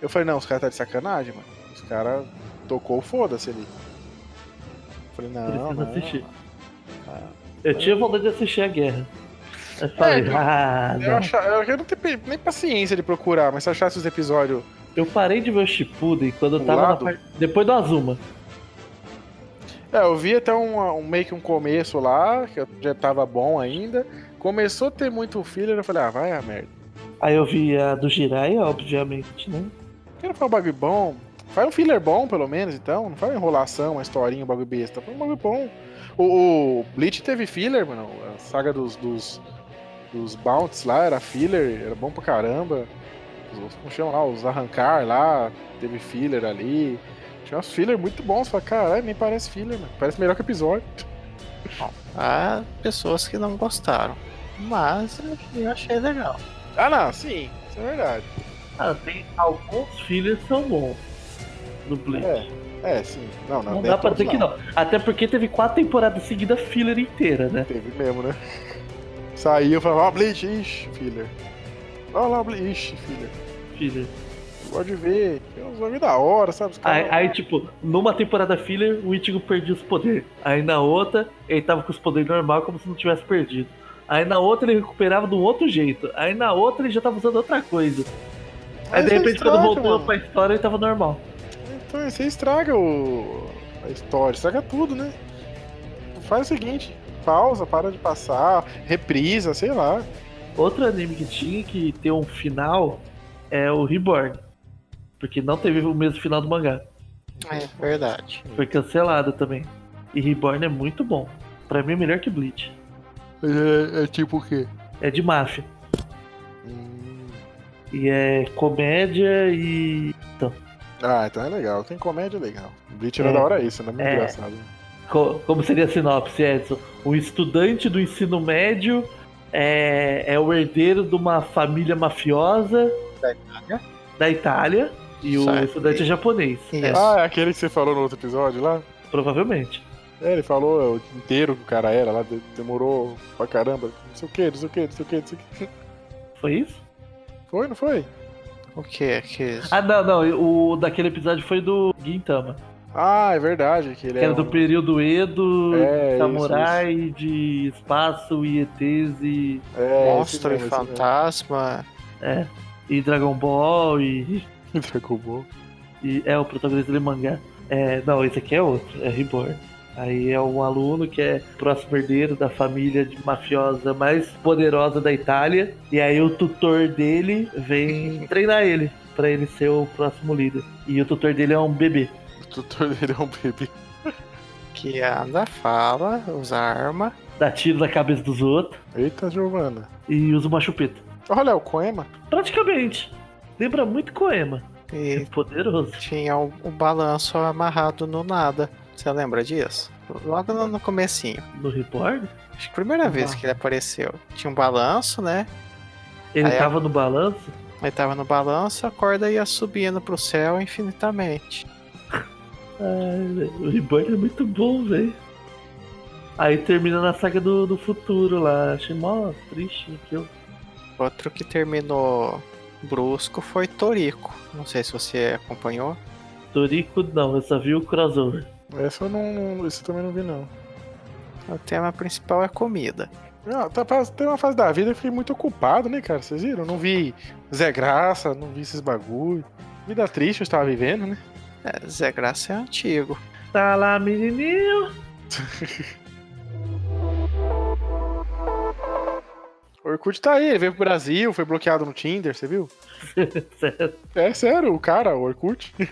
[SPEAKER 1] Eu falei, não, os caras tá de sacanagem, mano. Os caras tocou o foda-se ali. Eu Falei, não,
[SPEAKER 3] Preciso
[SPEAKER 1] não.
[SPEAKER 3] assistir.
[SPEAKER 1] Ah.
[SPEAKER 3] Eu tinha vontade de assistir a guerra. Eu falei,
[SPEAKER 1] eu-
[SPEAKER 3] ah,
[SPEAKER 1] Eu,
[SPEAKER 3] não.
[SPEAKER 1] achava, eu, eu não tenho nem paciência de procurar, mas se eu achasse os episódios.
[SPEAKER 3] Eu parei de ver o Shippuden quando eu tava na
[SPEAKER 1] Pulado?
[SPEAKER 3] parte... Depois do Azuma.
[SPEAKER 1] É, eu vi até um, um- meio que um começo lá, que eu já tava bom ainda. Começou a ter muito filler, eu falei, ah, vai a merda.
[SPEAKER 3] Aí eu vi a do Jiraiya, obviamente, né?
[SPEAKER 1] Quero falar um bagulho bom. Faz um filler bom, pelo menos, então. Não faz uma enrolação, uma historinha, um bagulho besta. Faz um bagulho bom. O, o Bleach teve filler, mano. A saga dos, dos, dos Bounts lá era filler, era bom pra caramba. Os, como chama lá? Os Arrancar lá, teve filler ali. Tinha uns filler muito bons. Fala, caralho, nem parece filler, mano. Parece melhor que episódio.
[SPEAKER 2] Há pessoas que não gostaram. Mas eu achei legal.
[SPEAKER 1] Ah, não, sim. Isso é verdade.
[SPEAKER 3] Ah, tem alguns filhos que são bons do Bleach.
[SPEAKER 1] É, é, sim. Não, não,
[SPEAKER 3] não
[SPEAKER 1] nem
[SPEAKER 3] dá pra
[SPEAKER 1] todos
[SPEAKER 3] dizer que não. Até porque teve quatro temporadas seguidas filler inteira, né?
[SPEAKER 1] Teve mesmo, né? Saiu e falava, ó, Bleach, ixi, filler. Olha lá, Bleach, ixi, filler.
[SPEAKER 3] Filler.
[SPEAKER 1] Pode ver, é uns bagulho da hora, sabe? Os
[SPEAKER 3] Aí,
[SPEAKER 1] caras-
[SPEAKER 3] aí, tipo, numa temporada filler, o Ichigo perdia os poderes. Aí na outra, ele tava com os poderes normal como se não tivesse perdido. Aí na outra ele recuperava de um outro jeito. Aí na outra ele já tava usando outra coisa. Aí
[SPEAKER 1] Mas
[SPEAKER 3] de
[SPEAKER 1] isso
[SPEAKER 3] repente quando
[SPEAKER 1] estraga,
[SPEAKER 3] voltou
[SPEAKER 1] mano.
[SPEAKER 3] pra história ele tava normal.
[SPEAKER 1] Então, você estraga o... a história, estraga tudo, né? Faz o seguinte, pausa, para de passar, reprisa, sei lá.
[SPEAKER 3] Outro anime que tinha que ter um final é o Reborn. Porque não teve o mesmo final do mangá.
[SPEAKER 2] É verdade.
[SPEAKER 3] Foi cancelado também. E Reborn é muito bom. Pra mim é melhor que Bleach.
[SPEAKER 1] É, tipo o quê?
[SPEAKER 3] É de máfia.
[SPEAKER 1] Hum,
[SPEAKER 3] E é comédia e.
[SPEAKER 1] Ah, então é legal, tem comédia é legal. Bleach era
[SPEAKER 3] É.
[SPEAKER 1] da hora isso, né? Muito
[SPEAKER 3] É.
[SPEAKER 1] engraçado.
[SPEAKER 3] co- Como seria a sinopse, Edson? Um estudante do ensino médio é, é o herdeiro de uma família mafiosa
[SPEAKER 2] Da Itália.
[SPEAKER 3] da Itália. E o
[SPEAKER 2] Certo.
[SPEAKER 3] estudante é japonês.
[SPEAKER 2] Isso.
[SPEAKER 1] Ah, é aquele que você falou no outro episódio lá?
[SPEAKER 3] Provavelmente.
[SPEAKER 1] É, ele falou o inteiro que o cara era lá, de- demorou pra caramba, não sei o que, não sei o que, não sei o que, não sei o que.
[SPEAKER 3] Foi isso?
[SPEAKER 1] Foi, não foi?
[SPEAKER 2] O que que é isso?
[SPEAKER 3] Ah, não, não. O daquele episódio foi do Gintama.
[SPEAKER 1] Ah, é verdade, que ele
[SPEAKER 3] Que era
[SPEAKER 1] era.
[SPEAKER 3] do período Edo,
[SPEAKER 1] É,
[SPEAKER 3] de
[SPEAKER 1] isso,
[SPEAKER 3] samurai, de espaço e ETs e,
[SPEAKER 1] um... é,
[SPEAKER 2] Monstro
[SPEAKER 1] esse
[SPEAKER 2] e
[SPEAKER 1] mesmo, esse
[SPEAKER 2] fantasma.
[SPEAKER 3] e Dragon Ball e,
[SPEAKER 1] mesmo. Dragon Ball.
[SPEAKER 3] e- É, o protagonista de mangá. É, não, esse aqui é outro, é Reborn. Aí é um aluno que é próximo herdeiro da família de mafiosa mais poderosa da Itália. E aí o tutor dele vem treinar ele, pra ele ser o próximo líder. E o tutor dele é um bebê.
[SPEAKER 1] O tutor dele é um bebê.
[SPEAKER 2] Que anda, fala, usa arma.
[SPEAKER 3] Dá tiro na cabeça dos outros
[SPEAKER 1] Eita, Giovana.
[SPEAKER 3] e usa uma chupeta.
[SPEAKER 1] Olha, é o Coema.
[SPEAKER 3] Praticamente. Lembra muito Koema. É
[SPEAKER 2] E
[SPEAKER 3] poderoso.
[SPEAKER 2] tinha o, o balanço amarrado no nada. Você lembra disso? Logo no, no comecinho.
[SPEAKER 3] No Reborn,
[SPEAKER 2] Acho que a primeira vez
[SPEAKER 1] Tá.
[SPEAKER 2] que ele apareceu. Tinha um balanço, né?
[SPEAKER 3] ele
[SPEAKER 2] Aí, ó.
[SPEAKER 3] tava no balanço.
[SPEAKER 2] Ele tava no balanço, a corda ia subindo pro céu infinitamente.
[SPEAKER 3] Ai, velho, o Reborn é muito bom, velho. Aí termina na saga do, do futuro lá. Achei mó triste aquilo.
[SPEAKER 2] Outro que terminou brusco foi Torico. Não sei se você acompanhou.
[SPEAKER 3] Toriko, não, eu só vi o crossover.
[SPEAKER 1] Essa eu não, não- Isso eu também não vi, não.
[SPEAKER 2] O tema principal é comida.
[SPEAKER 1] Não, tá, pra- tem uma fase da vida que eu fiquei muito ocupado, né, cara? Vocês viram? Não vi Zé Graça, não vi esses bagulho. Vida triste eu estava vivendo, né?
[SPEAKER 2] É, Zé Graça é antigo.
[SPEAKER 3] Tá lá, menininho.
[SPEAKER 1] O Orkut tá aí, ele veio pro Brasil, foi bloqueado no Tinder, você viu?
[SPEAKER 3] Sério.
[SPEAKER 1] É sério, o cara, o Orkut.
[SPEAKER 2] É,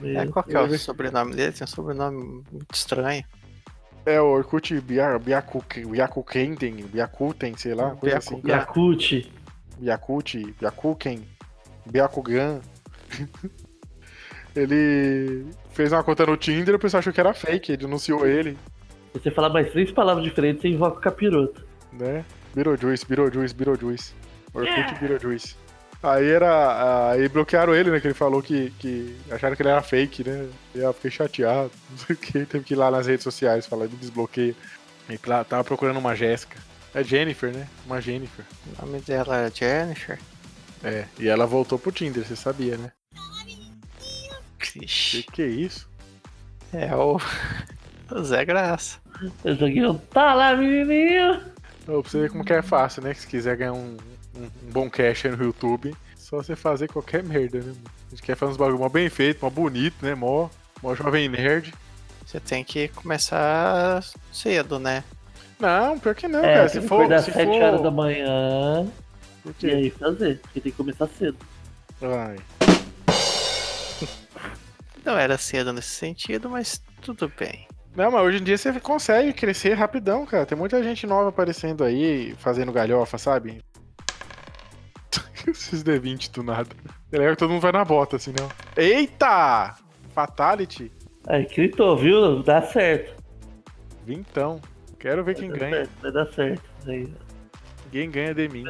[SPEAKER 3] mesmo.
[SPEAKER 2] qual que é
[SPEAKER 1] Ele-
[SPEAKER 2] o sobrenome dele? Tem um sobrenome muito estranho.
[SPEAKER 1] É o Orkut Bia- Biaku- Biakukenten, Biakuten, sei lá, coisa assim.
[SPEAKER 2] Biakugan.
[SPEAKER 3] Yakut.
[SPEAKER 1] Yakut, Yakuken, Byakugan. ele fez uma conta no Tinder, o pessoal achou que era fake, ele denunciou ele,
[SPEAKER 3] Se você falar mais três palavras diferentes, você invoca o capiroto.
[SPEAKER 1] né? Beetlejuice, Beetlejuice, Beetlejuice. Orkut
[SPEAKER 3] Yeah.
[SPEAKER 1] Beetlejuice. Aí era. Aí bloquearam ele, né? Que ele falou que, que acharam que ele era fake, né? E eu fiquei chateado. Não sei o que. Teve que ir lá nas redes sociais falar, me desbloqueia. E lá, tava procurando uma Jéssica. É Jennifer, né? Uma Jennifer.
[SPEAKER 2] O nome dela era Jennifer.
[SPEAKER 1] É. E ela voltou pro Tinder, você sabia, né? Que
[SPEAKER 2] Ixi,
[SPEAKER 1] que é isso?
[SPEAKER 2] É o... o Zé Graça.
[SPEAKER 3] Eu joguei um tá lá, menininho.
[SPEAKER 1] Ô, Pra você ver como que é fácil, né? Que se quiser ganhar um, um- um bom cash aí no YouTube, só você fazer qualquer merda, né? mano? A gente quer fazer uns bagulho mó bem feito, mó bonito, né? Mó, mó jovem nerd.
[SPEAKER 2] Você tem que começar cedo, né?
[SPEAKER 1] Não, pior que não,
[SPEAKER 3] É,
[SPEAKER 1] cara.
[SPEAKER 3] tem
[SPEAKER 1] Se
[SPEAKER 3] que
[SPEAKER 1] for.
[SPEAKER 3] acordar às
[SPEAKER 1] Se
[SPEAKER 3] 7
[SPEAKER 1] for...
[SPEAKER 3] horas da manhã
[SPEAKER 1] Por
[SPEAKER 3] e
[SPEAKER 1] quê?
[SPEAKER 3] aí fazer. Porque tem que começar cedo.
[SPEAKER 1] Ai.
[SPEAKER 2] Não era cedo nesse sentido, mas tudo bem.
[SPEAKER 1] Não, mas hoje em dia você consegue crescer rapidão, cara. Tem muita gente nova aparecendo aí, fazendo galhofa, sabe? Esses D20 do nada. É legal que todo mundo vai na bota, assim, não. Eita! Fatality?
[SPEAKER 3] Aí, gritou, viu? Dá certo.
[SPEAKER 1] Vintão. Quero ver quem
[SPEAKER 3] Vai dar
[SPEAKER 1] ganha.
[SPEAKER 3] certo, Vai dar certo. Aí,
[SPEAKER 1] Ninguém ganha de mim.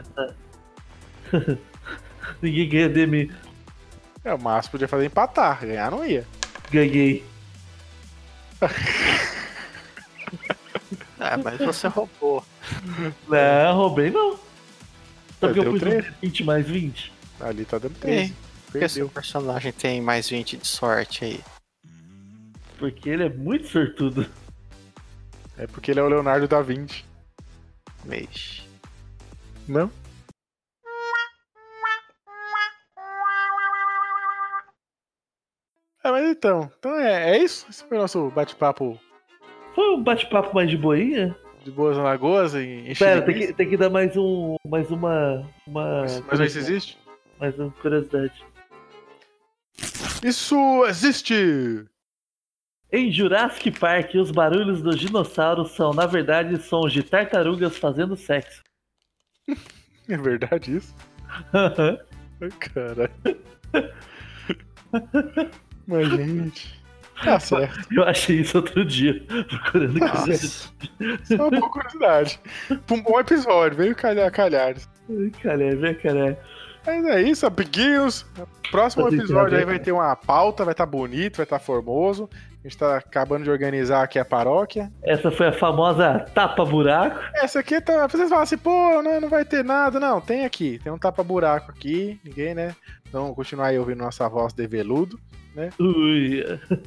[SPEAKER 3] Ninguém ganha de mim.
[SPEAKER 1] É, o Márcio podia fazer empatar, ganhar não ia.
[SPEAKER 3] Ganhei.
[SPEAKER 2] Ah, mas você roubou.
[SPEAKER 3] Não, roubei não. Só
[SPEAKER 1] Mas
[SPEAKER 3] porque eu
[SPEAKER 1] deu
[SPEAKER 3] pus
[SPEAKER 1] três.
[SPEAKER 3] um 20 mais 20.
[SPEAKER 1] Ali tá dando
[SPEAKER 2] E
[SPEAKER 1] 13.
[SPEAKER 2] por que seu
[SPEAKER 1] Perdeu.
[SPEAKER 2] personagem tem mais 20 de sorte aí?
[SPEAKER 3] Porque ele é muito sortudo.
[SPEAKER 1] É porque ele é o Leonardo da Vinci.
[SPEAKER 2] Vixe.
[SPEAKER 1] Não? É, mas então, então é, é isso. Esse foi o nosso bate-papo
[SPEAKER 3] Foi um bate-papo mais de boinha?
[SPEAKER 1] de Boas Alagoas em, em
[SPEAKER 3] Pera, tem
[SPEAKER 1] Chiriquí.
[SPEAKER 3] que, tem que dar mais um. Mais uma. uma é
[SPEAKER 1] Mas, É, mas isso existe?
[SPEAKER 3] mais uma curiosidade.
[SPEAKER 1] Isso existe!
[SPEAKER 3] Em Jurassic Park, os barulhos dos dinossauros são, na verdade, sons de tartarugas fazendo sexo.
[SPEAKER 1] É verdade isso? Ai, Caralho. mas, gente. Tá certo.
[SPEAKER 3] Eu achei isso outro dia, procurando curiosidade.
[SPEAKER 2] Nossa.
[SPEAKER 1] Só uma boa curiosidade. Pra Um bom episódio, veio calhar, calhar.
[SPEAKER 3] Ai, é, Caralho, vem, caralho.
[SPEAKER 1] Mas é isso, amiguinhos. Próximo
[SPEAKER 3] Tá de
[SPEAKER 1] episódio aí
[SPEAKER 3] cara.
[SPEAKER 1] vai ter uma pauta, vai estar bonito, vai estar formoso. A gente tá acabando de organizar aqui a paróquia.
[SPEAKER 3] Essa foi a famosa tapa-buraco.
[SPEAKER 1] Essa aqui tá. Vocês falam assim, pô, né, não vai ter nada. Não, tem aqui. Tem um tapa-buraco aqui. Ninguém, né? Então, continuar aí ouvindo nossa voz de veludo,
[SPEAKER 3] Ui,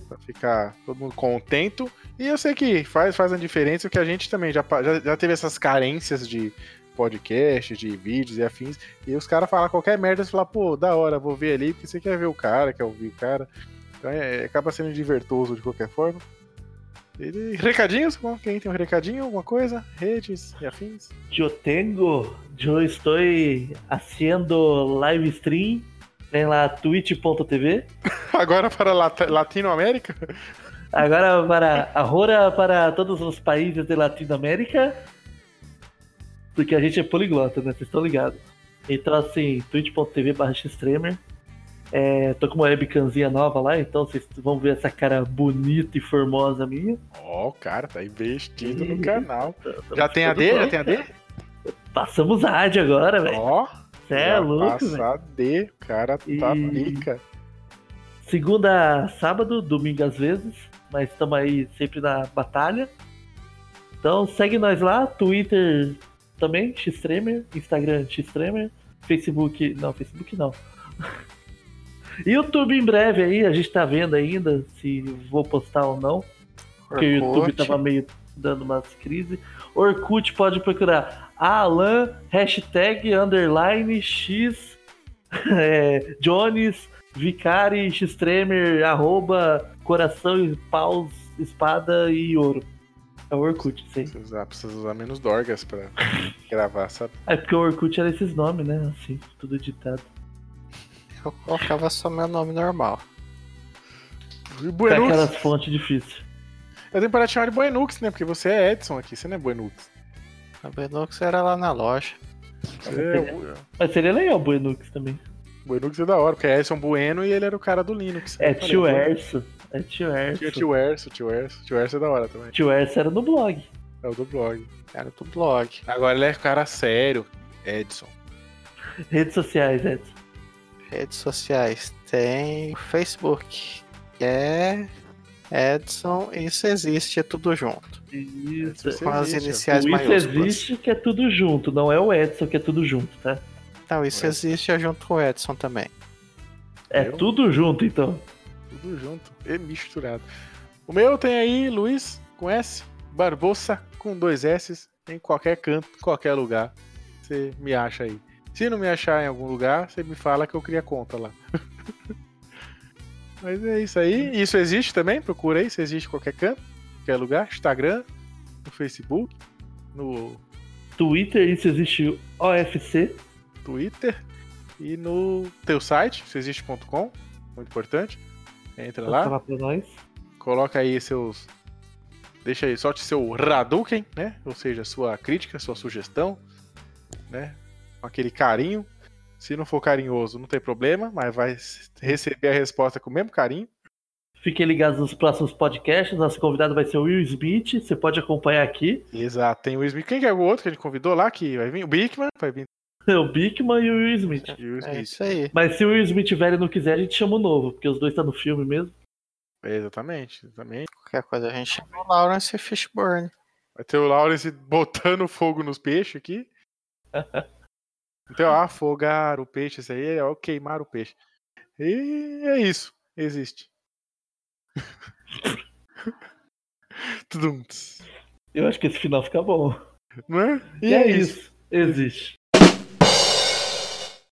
[SPEAKER 1] pra ficar todo mundo contento. E eu sei que faz, faz a diferença, porque a gente também já, pa- já, já teve essas carências de podcast, de vídeos e afins. E os caras falam qualquer merda, você fala, pô, da hora, vou ver ali, porque você quer ver o cara, quer ouvir o cara. Então é, acaba sendo divertoso de qualquer forma. E- e recadinhos? Bom, Quem tem um recadinho, alguma coisa? Redes e afins?
[SPEAKER 3] eu tenho, eu estou haciendo live stream, tem lá twitch.tv,
[SPEAKER 1] Agora para Lat- Latinoamérica?
[SPEAKER 3] agora para agora para todos os países da Latinoamérica, porque a gente é poliglota, né? Vocês estão ligados. Então assim, twitch.tv barra xstreamer, é, tô com uma webcamzinha nova lá, então vocês vão ver essa cara bonita e formosa minha.
[SPEAKER 1] Ó, o cara tá investido no canal. Já tem a D? Já tem a D?
[SPEAKER 3] Passamos a AD agora, velho.
[SPEAKER 1] Ó.
[SPEAKER 3] Cê é
[SPEAKER 1] Já
[SPEAKER 3] louco, velho.
[SPEAKER 1] Passar de, o cara tá
[SPEAKER 3] E-
[SPEAKER 1] pica.
[SPEAKER 3] Segunda, a sábado, domingo às vezes, mas estamos aí sempre na batalha. Então segue nós lá, Twitter também, Xtremer, Instagram Xtremer, Facebook, não, Facebook não. YouTube em breve aí, a gente tá vendo ainda se vou postar ou não. Porque o YouTube
[SPEAKER 2] Orkut.
[SPEAKER 3] tava meio dando umas crises. Orkut pode procurar Alan, hashtag, underline, X, é, Jones, Vicari, Xtremer, arroba, coração, e paus, espada e ouro. É o Orkut, isso aí.
[SPEAKER 1] Precisa usar, precisa usar menos Dorgas pra gravar, sabe?
[SPEAKER 3] É porque o Orkut era esses nomes, né? Assim, tudo ditado.
[SPEAKER 2] Eu colocava só meu nome normal.
[SPEAKER 1] E
[SPEAKER 3] Com
[SPEAKER 1] Buenux.
[SPEAKER 3] aquelas fontes difíceis.
[SPEAKER 1] Eu tenho que parar de chamar de Buenux, né? Porque você é Edson aqui, você não é Buenux.
[SPEAKER 2] A Benux era lá na loja.
[SPEAKER 1] Você é-
[SPEAKER 3] Mas seria legal o Buenux também.
[SPEAKER 1] Buenux é da hora, porque é Edson Bueno e ele era o cara do Linux.
[SPEAKER 3] É
[SPEAKER 1] Eu falei,
[SPEAKER 3] tio
[SPEAKER 1] Buenux.
[SPEAKER 3] Erso. É tio
[SPEAKER 1] Tinha
[SPEAKER 3] Erso.
[SPEAKER 1] Tio Erso, Tio Erso. Tio Erso é da hora também.
[SPEAKER 3] Tio Erso era no blog.
[SPEAKER 1] É o do blog.
[SPEAKER 2] Era do blog.
[SPEAKER 1] Agora ele é cara sério, Edson.
[SPEAKER 3] Redes sociais, Edson.
[SPEAKER 2] Redes sociais. Tem o Facebook. que É Edson, isso existe, é tudo junto.
[SPEAKER 3] Isso.
[SPEAKER 1] Isso
[SPEAKER 2] Com as
[SPEAKER 1] existe, ó.
[SPEAKER 2] iniciais
[SPEAKER 3] o Isso
[SPEAKER 2] maiúsculas.
[SPEAKER 3] existe que é tudo junto, não é o Edson que é tudo junto, tá?
[SPEAKER 2] Então, isso
[SPEAKER 1] Ué.
[SPEAKER 2] existe é junto com o Edson também.
[SPEAKER 3] É
[SPEAKER 1] Eu?
[SPEAKER 3] tudo junto, então.
[SPEAKER 1] Tudo junto e misturado. O meu tem aí Luiz com S, Barbosa com dois S, em qualquer canto, em qualquer lugar. Você me acha aí. Se não me achar em algum lugar, você me fala que eu cria conta lá. Mas é isso aí. Isso existe também? Procura aí, se existe em qualquer canto, em qualquer lugar. Instagram, no Facebook, no
[SPEAKER 3] Twitter, isso existe OFC.
[SPEAKER 1] Twitter e no teu site, seexiste.com, muito importante. Entra lá.
[SPEAKER 3] Passa lá pra nós.
[SPEAKER 1] coloca aí seus. Deixa aí, solte seu Radouken, né? Ou seja, sua crítica, sua sugestão, né? Com aquele carinho. Se não for carinhoso, não tem problema, mas vai s- receber a resposta com o mesmo carinho.
[SPEAKER 3] Fiquem ligados nos próximos podcasts. Nosso convidado vai ser o Will Smith. Você pode acompanhar aqui.
[SPEAKER 1] Exato, tem o Will Smith. Quem que é o outro que a gente convidou lá que vai vir? O Bigman vai vir
[SPEAKER 3] O Bickman e o Will Smith.
[SPEAKER 1] e o Will
[SPEAKER 2] É
[SPEAKER 1] Smith.
[SPEAKER 2] isso aí.
[SPEAKER 3] Mas se o Will Smith velho não quiser, a gente chama o novo, porque os dois tá no filme mesmo.
[SPEAKER 1] É, exatamente, exatamente.
[SPEAKER 2] Qualquer coisa a gente chama o Lawrence Fishburne.
[SPEAKER 1] Vai ter o Lawrence botando fogo nos peixes aqui. Então, ah, afogar o peixe, isso aí é ó, queimar o peixe. E é isso. Existe. Tudum.
[SPEAKER 3] Eu acho que esse final fica bom.
[SPEAKER 1] Não é?
[SPEAKER 3] é E, é isso. Existe.